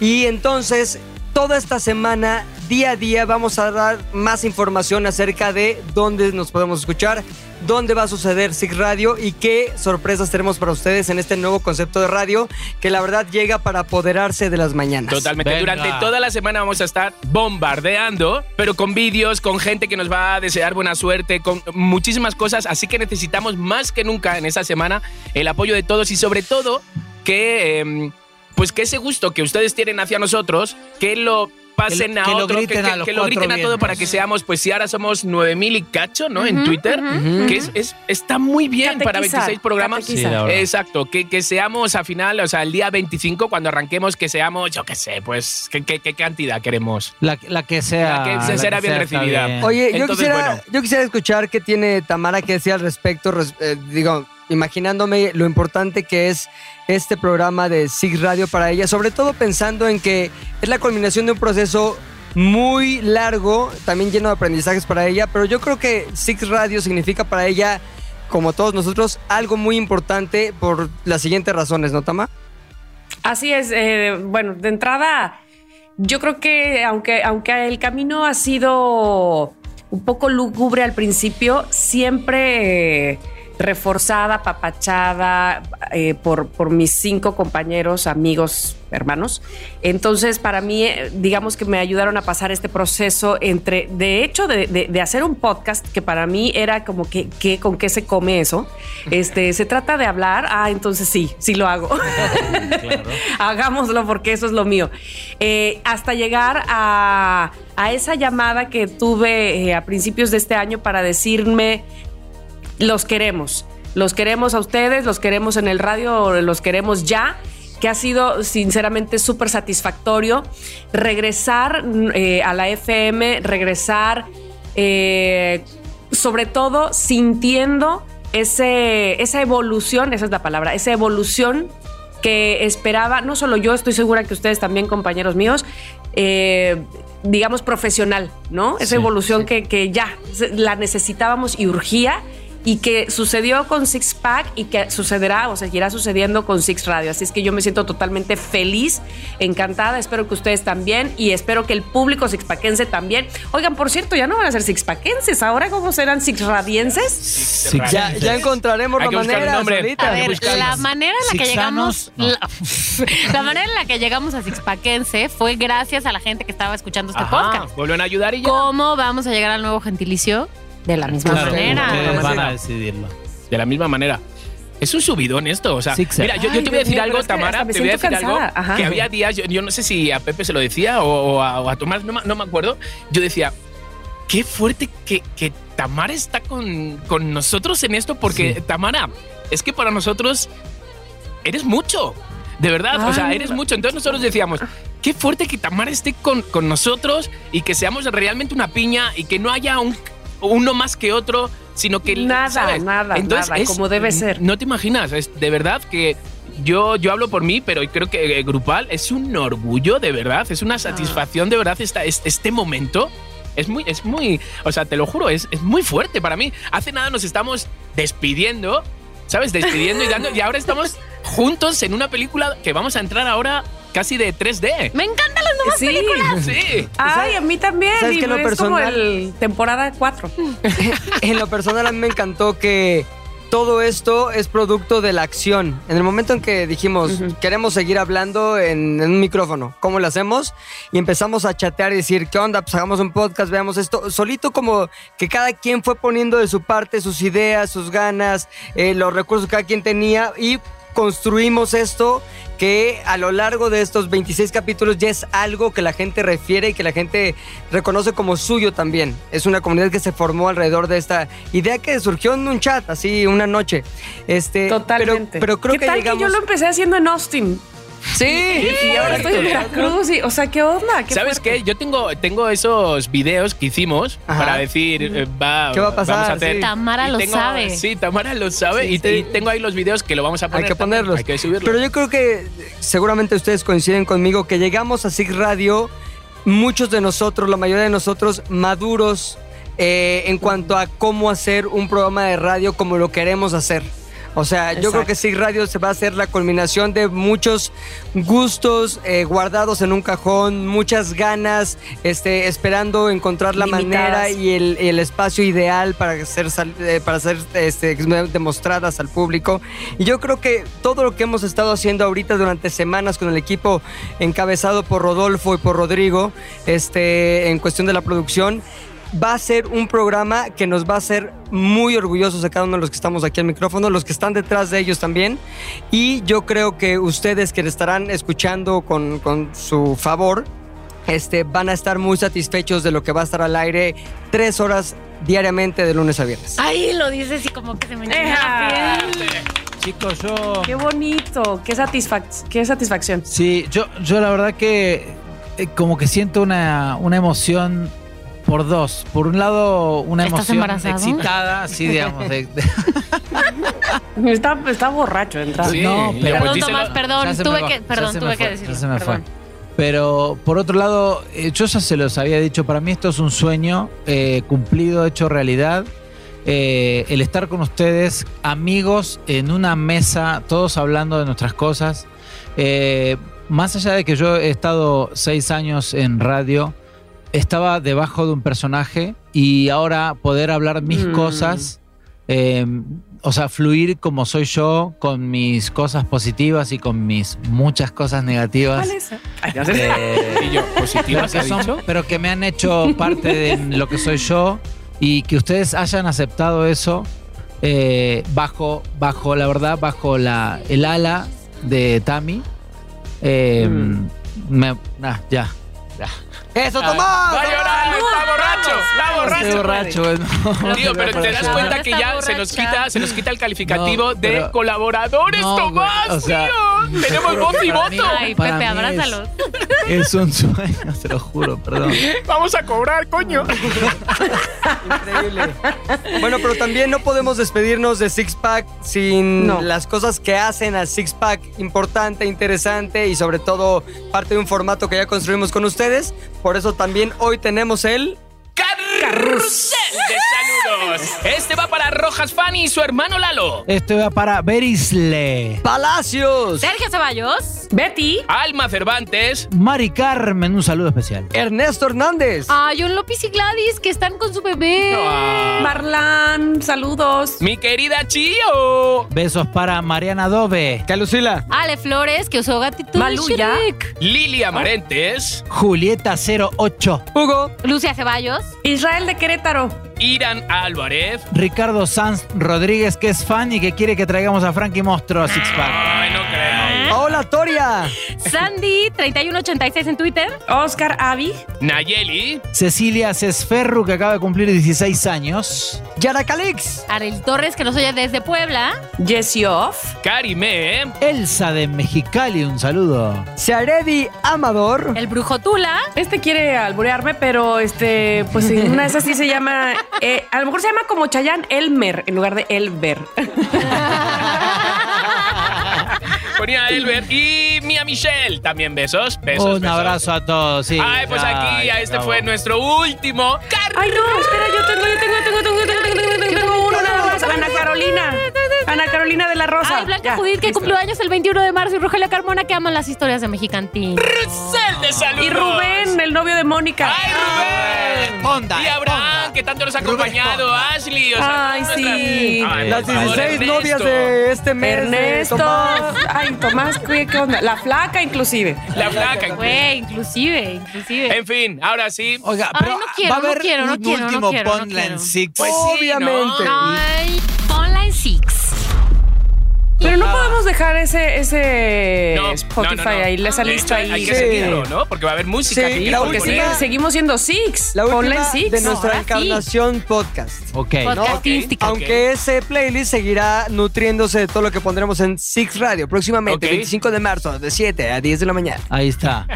Y entonces, toda esta semana, día a día, vamos a dar más información acerca de dónde nos podemos escuchar, dónde va a suceder SIG Radio y qué sorpresas tenemos para ustedes en este nuevo concepto de radio que la verdad llega para apoderarse de las mañanas. Totalmente. Venga. Durante toda la semana vamos a estar bombardeando, pero con vídeos, con gente que nos va a desear buena suerte, con muchísimas cosas. Así que necesitamos más que nunca en esta semana el apoyo de todos y sobre todo que, em, pues que ese gusto que ustedes tienen hacia nosotros, que lo pasen Que lo- a que lo otro, que- griten que, a los que lo cuatro griten a todo vientos. para que seamos, pues si ahora somos 9000 y cacho, ¿no? en Ujú, Twitter, ujú, que es, es- está muy bien para Catequizar, 26 programas. catequizar. Sí, la verdad. Exacto, que, que seamos a final, o sea, el día 25, cuando arranquemos, que seamos, yo qué sé, pues, ¿qué, qué, qué cantidad queremos? La, la que sea. La que se- será bien está recibida. Oye, yo, Entonces, quisiera, bueno. yo quisiera escuchar qué tiene Tamara que decir al respecto. res- eh, digo, imaginándome lo importante que es este programa de SIG Radio para ella, sobre todo pensando en que es la culminación de un proceso muy largo, también lleno de aprendizajes para ella, pero yo creo que SIG Radio significa para ella, como todos nosotros, algo muy importante por las siguientes razones, ¿no, Tama? Así es. eh, bueno, de entrada, yo creo que aunque, aunque el camino ha sido un poco lúgubre al principio, siempre eh, reforzada, papachada eh, por, por mis cinco compañeros, amigos, hermanos. Entonces, para mí, eh, digamos que me ayudaron a pasar este proceso entre, de hecho, de, de- de hacer un podcast, que para mí era como que, que- ¿con qué se come eso? Este, se trata de hablar, ah, entonces sí, sí lo hago. Hagámoslo porque eso es lo mío. Eh, hasta llegar a, a esa llamada que tuve eh, a principios de este año para decirme, los queremos, los queremos a ustedes, los queremos en el radio, los queremos ya. que ha sido sinceramente súper satisfactorio regresar eh, a la FM, regresar eh, sobre todo sintiendo ese, esa evolución, esa es la palabra, esa evolución que esperaba, no solo yo, estoy segura que ustedes también, compañeros míos, eh, digamos profesional, ¿no? Esa Sí, evolución sí. Que, que ya se- la necesitábamos y urgía y que sucedió con Six Pack y que sucederá o seguirá sucediendo con Six Radio. Así es que yo me siento totalmente feliz, encantada, espero que ustedes también y espero que el público sixpackense también. Oigan, por cierto, ya no van a ser sixpackenses, ahora cómo serán sixradienses? Ya, ya encontraremos Hay la que buscar un manera, nombre. Solita. A Hay que ver, buscarlos. la manera en la que Sixanos, llegamos. La, la manera en la que llegamos a Sixpaquense fue gracias a la gente que estaba escuchando este Ajá, podcast. Vuelven a ayudar y ya. ¿Cómo vamos a llegar al nuevo gentilicio? De la misma Claro, manera. Ustedes Mamacita. van a decidirlo. De la misma manera. Es un subidón esto, o sea, Sixer. mira, yo, yo Ay, te voy a Dios mío, decir pero es algo, que hasta Tamara, me te voy a siento decir algo, cansada, ajá. que había días, yo, yo no sé si a Pepe se lo decía o, o a, o a Tomás, no, ma- no me acuerdo, yo decía, qué fuerte que, que Tamara está con, con nosotros en esto, porque Tamara, es que para nosotros eres mucho, de verdad, o sea, Ay, eres mucho, entonces nosotros decíamos... Qué fuerte que Tamara esté con, con nosotros y que seamos realmente una piña y que no haya un, uno más que otro, sino que... Nada, ¿sabes? nada, nada, como debe ser. No te imaginas, es de verdad que yo, yo hablo por mí, pero creo que eh, grupal es un orgullo, de verdad, es Ah. una satisfacción, de verdad, esta, es- este momento. Es muy, es muy, o sea, te lo juro, es, es muy fuerte para mí. Hace nada nos estamos despidiendo, ¿sabes? Despidiendo y dando, y ahora estamos juntos en una película que vamos a entrar ahora casi de 3D. Me encantan las nuevas Sí. películas. Sí. Ay, a mí también. ¿Sabes y qué? Lo es como personal- Eh, el temporada 4. en lo personal a mí me encantó que todo esto es producto de la acción. En el momento en que dijimos, queremos seguir hablando en, en un micrófono, ¿cómo lo hacemos? Y empezamos a chatear y decir, ¿qué onda? Pues hagamos un podcast, veamos esto. Solito como que cada quien fue poniendo de su parte sus ideas, sus ganas, eh, los recursos que cada quien tenía y construimos esto que a lo largo de estos 26 capítulos ya es algo que la gente refiere y que la gente reconoce como suyo también. Es una comunidad que se formó alrededor de esta idea que surgió en un chat, así una noche. Este, pero- Totalmente. Pero, creo ¿Qué que tal llegamos... que yo lo empecé haciendo en Austin? Sí, Y ahora estoy en Veracruz. Y, o sea, ¿qué onda? ¿Qué ¿Sabes fuerte. qué? Yo tengo, tengo esos videos que hicimos Ajá. para decir, eh, va, ¿Qué va a pasar? Vamos a hacer. Sí. Tamara Y lo tengo- sabe. Sí, Tamara lo sabe. Sí, y te- sí. tengo ahí los videos que lo vamos a poner. Hay que también. ponerlos. Hay que subirlos. Pero yo creo que eh, seguramente ustedes coinciden conmigo que llegamos a SIG Radio, muchos de nosotros, la mayoría de nosotros, maduros eh, en cuanto a cómo hacer un programa de radio como lo queremos hacer. O sea, yo creo que SIG Radio se va a hacer la culminación de muchos gustos eh, guardados en un cajón, muchas ganas, este, esperando encontrar la manera Limitadas. y el, el espacio ideal para ser, sal- eh, para ser este, demostradas al público. Y yo creo que todo lo que hemos estado haciendo ahorita durante semanas con el equipo encabezado por Rodolfo y por Rodrigo, este, en cuestión de la producción, va a ser un programa que nos va a hacer muy orgullosos a cada uno de los que estamos aquí al micrófono, los que están detrás de ellos también. Y yo creo que ustedes que le estarán escuchando con, con su favor, este, van a estar muy satisfechos de lo que va a estar al aire tres horas diariamente de lunes a viernes. Ay, lo dices y como que se me enchina Ejá. la piel. Chicos, yo. Qué bonito, qué, satisfac- qué satisfacción. Sí, yo, yo la verdad que eh, como que siento una, una emoción por dos. Por un lado, una ¿Estás emoción embarazado? excitada, así digamos. de- de- Está, está borracho entrar. Sí, No, le pero- Perdón, pusiste Tomás, la- Ya perdón. se me Tuve va, que, ya perdón, se me tuve fue, que ya decirlo. se me fue. perdón. Pero por otro lado, eh, yo ya se los había dicho, para mí esto es un sueño eh, cumplido, hecho realidad. Eh, el estar con ustedes, amigos, en una mesa, todos hablando de nuestras cosas. Eh, más allá de que yo he estado seis años en radio, estaba debajo de un personaje y ahora poder hablar mis Mm. cosas, eh, o sea, fluir como soy yo, con mis cosas positivas y con mis muchas cosas negativas. ¿Cuál es? Eh, Y yo, positiva, pero, ¿se ha que son- dicho? pero que me han hecho parte de lo que soy yo y que ustedes hayan aceptado eso eh, bajo, bajo, la verdad, bajo la, el ala de Tami. Eh, Mm. me- nah, ya. ¡Eso, Va Tomás! a llorar, está borracho, está Estoy borracho. borracho. no, Tío, pero te das borracha. cuenta que ya Está se nos borracha. quita, se nos quita el calificativo No, de pero- colaboradores, No, güey, Tomás, o sea, tío. Tenemos juro voz que y para mí- voto. Ay, para Pepe, mí es- abrázalos. Es un sueño, te lo juro, perdón. Vamos a cobrar, coño. Increíble. Bueno, pero también no podemos despedirnos de Six Pack sin No. las cosas que hacen a Six Pack importante, interesante y sobre todo parte de un formato que ya construimos con ustedes. Por eso también hoy tenemos el Carrusel de saludos. Este va para Rojas Fanny y su hermano Lalo. Esto va para Berisle. Palacios. Sergio Ceballos. Betty, Alma Cervantes. Mari Carmen, un saludo especial. Ernesto Hernández. Ay, un López y Gladys que están con su bebé. Marlan, saludos. Mi querida Chio. Besos para Mariana Dove, Calucila. Ale Flores, que usó gatito Maluya. de Shrek. Lili Amarentes. Julieta 08, Hugo. Lucia Ceballos. Israel de Querétaro. Irán Álvarez. Ricardo Sanz Rodríguez, que es fan y que quiere que traigamos a Frankie Monstruo a Six Pack. Ay, no creo. Paola Toria. Sandy, 3186 en Twitter. Oscar Avi. Nayeli. Cecilia Cesferru, que acaba de cumplir 16 años. Yara Calix. Ariel Torres, que nos oye desde Puebla. Jesse Off. Karime. Elsa de Mexicali, un saludo. Searedi Amador. El Brujo Tula. Este quiere alburearme, pero este, pues en una de esas sí se llama. eh, a lo mejor se llama como Chayanne Elmer en lugar de Elber. Ponía Elber. Y Mia Michelle. También besos. Besos. un besos. abrazo a todos. sí. Ay, pues aquí, Ay, este bravo. fue nuestro último carro. Ay, no, espera, yo tengo, yo tengo, yo tengo, tengo, tengo, tengo, tengo, tengo, tengo uno nada más. Ana Carolina. Ana Carolina de la Rosa. Ay, Blanca Ya, Judith, que listo. cumplió años el 21 de marzo. Y Rogelia Carmona, que aman las historias de Mexicantín. Carrusel de saludos. Y Rubén, Ah, el novio de Mónica. ¡Ay, Rubén! Ponda, y Abraham, Ponda. que tanto nos ha acompañado. Ashley. O sea, Ay, todas sí. nuestras- Ay, Las Eh, por favor, 16 Ernesto. novias de este mes. de Ernesto. Tomás. Ay, Tomás, ¿qué, qué onda? La flaca, inclusive. La flaca. Güey, inclusive, inclusive. En fin, ahora sí. Oiga, Ay, pero no quiero, va a no haber quiero, no un quiero, no último quiero, no Ponla en quiero. Six. Pues sí, Obviamente. ¿no? Ay, Ponla en Six. Pero no podemos dejar ese, ese No, Spotify no, no, no. ahí, esa De lista hecho, ahí. Hay que de- Sí. seguirlo, ¿no? Porque va a haber música. Sí, que la Porque poner. última- sigue- seguimos siendo Six. La Ponla en última Six. de nuestra ahora sí. encarnación podcast. Ok. podcastística. Ok. Aunque ese playlist seguirá nutriéndose de todo lo que pondremos en Six Radio próximamente, Ok. 25 de marzo, de 7 a 10 de la mañana. Ahí está.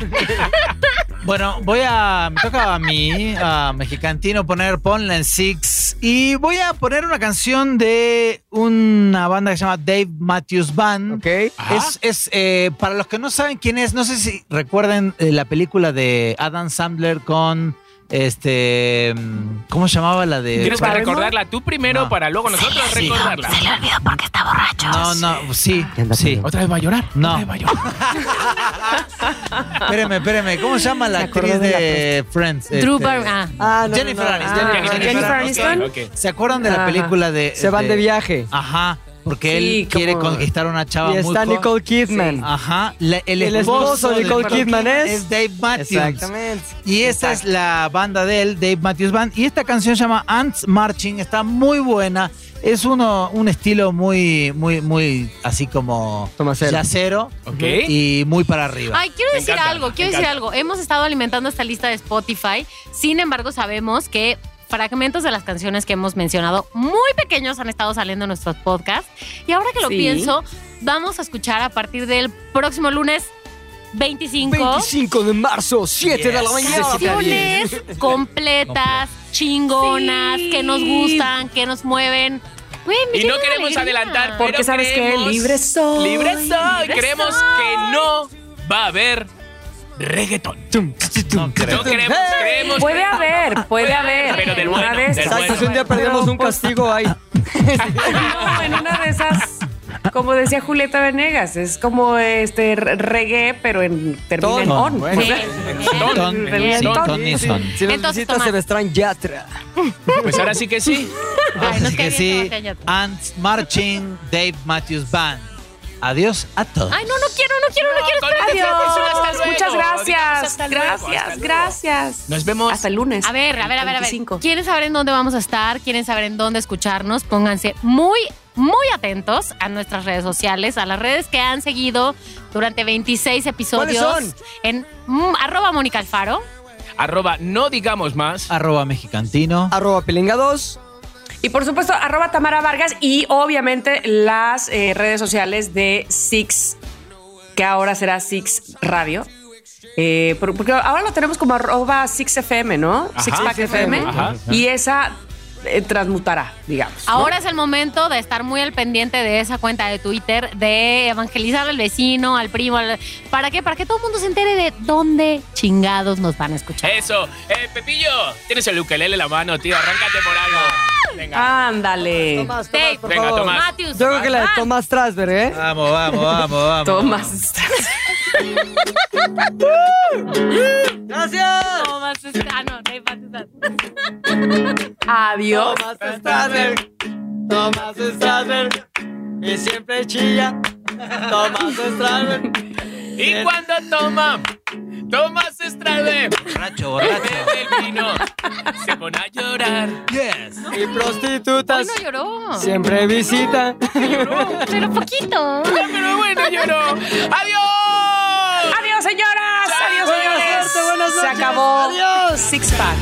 Bueno, voy a. Me toca a mí, a Mexicantino, poner Ponla en Six. Y voy a poner una canción de una banda que se llama Dave Matthews Band. ¿Ok? Ah, Es, es, eh, para los que no saben quién es, no sé si recuerden eh, la película de Adam Sandler con este. mm, ¿Cómo se llamaba la de.? Tienes que ¿Barrymore? recordarla tú primero No. para luego nosotros Sí. recordarla. Se le olvidó porque está borracho. No, no, sí. ¿Qué anda sí. haciendo? ¿Otra vez va a llorar? No. Otra vez va a llorar. Espérame, espérame. ¿Cómo se llama la Me acordé actriz de, de la Friends? Drew Este, Barry- ah. Ah, Jennifer Aniston. Ah, Jennifer Jennifer Aniston. Ok, ok. ¿Se acuerdan de la Ajá. película de. este, Se este, van de viaje. Ajá, porque Sí, él quiere como- conquistar a una ah, chava y muy está joven. Nicole Kidman. Ajá, la- el, El esposo de Nicole Kidman es- es Dave Matthews. Exactamente. Y esta es la banda de él, Dave Matthews Band. Y esta canción se llama Ants Marching, está muy buena. Es uno, un estilo muy, muy, muy así como Tomacero. yacero Ok. y muy para arriba. Ay, quiero Me decir encanta, algo, me quiero decir encanta. algo. Hemos estado alimentando esta lista de Spotify. Sin embargo, sabemos que fragmentos de las canciones que hemos mencionado, muy pequeños, han estado saliendo en nuestros podcasts. Y ahora que lo Sí. pienso, vamos a escuchar a partir del próximo lunes 25. 25 de marzo, 7 de la Yes. mañana. Canciones completas, chingonas, Sí. que nos gustan, que nos mueven. Güey, me Y llena no de queremos alegría. adelantar, pero Porque sabes qué, queremos- libre soy. Libre soy. Libre Queremos soy. que no va a haber reggaetón. No creo. No queremos, Hey. queremos. Puede haber, puede haber. Pero del En bueno, una de del esas. Exacto, si un día perdemos Pero, un pues, castigo ahí. No, en una de esas. Como decía Julieta Venegas, es como este re- reggae, pero en termina en Tono, on. bueno. Sí. Ton- Reggaentón. sí, Tonison. Si nos Entonces, visitas Tomás. Sebastián Yatra. Pues ahora sí que sí. Ay, nos cae Así que bien sí, Sebastián Yatra. Ants Marching, Dave Matthews Band. Adiós a todos. Ay, no, no quiero, no quiero, no quiero. No, con- Hasta Adiós. luego. Muchas Digamos, gracias. hasta luego, hasta Gracias, luego. gracias. Nos vemos. Hasta el lunes. A ver, a ver, a ver, a ver. 25. ¿Quieren saber en dónde vamos a estar? ¿Quieren saber en dónde escucharnos? Pónganse muy, muy atentos a nuestras redes sociales, a las redes que han seguido durante 26 episodios. ¿Cuáles son? En mm, arroba Mónica Alfaro. Arroba, no digamos más. Arroba mexicantino. Arroba Pilinga 2. Y por supuesto, arroba Tamara Vargas y obviamente las eh, redes sociales de Six que ahora será Six Radio. Eh, por- porque ahora lo tenemos como arroba 6FM, ¿no? Ajá, Six Pack 6 FM. Ajá. Y esa eh, transmutará, digamos. ¿no? Ahora es el momento de estar muy al pendiente de esa cuenta de Twitter, de evangelizar al vecino, al primo. al- ¿Para qué? Para que todo el mundo se entere de dónde chingados nos van a escuchar. Eso. Eh, Pepillo, tienes el ukelele en la mano, tío. Arráncate por algo. Venga. Ándale. Tomás, Tape. Tomás, por Venga, favor. Tomás. Matthews. Yo creo que la de Van. Tomás Trasberg, ¿eh? Vamos, vamos, vamos, vamos. Tomás. ¡Gracias! Tomás. Ah, no, Dave Matthews. Adiós. Tomás Strasberg. Tomás Strasberg. Y siempre chilla. Tomás Strasberg. ¿Y cuando toma? Tomás Estrade. Borracho, borracho. Bebe el vino. Se pone a llorar. Yes. Y Hoy prostitutas. no lloró. Siempre visita. Pero poquito. Pero bueno, lloró. ¡Adiós! Adiós, señoras. Chao, Adiós, buena señores. suerte, Se acabó. Six Pack.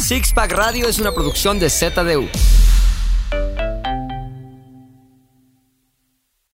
Six Pack Radio es una producción de ZDU.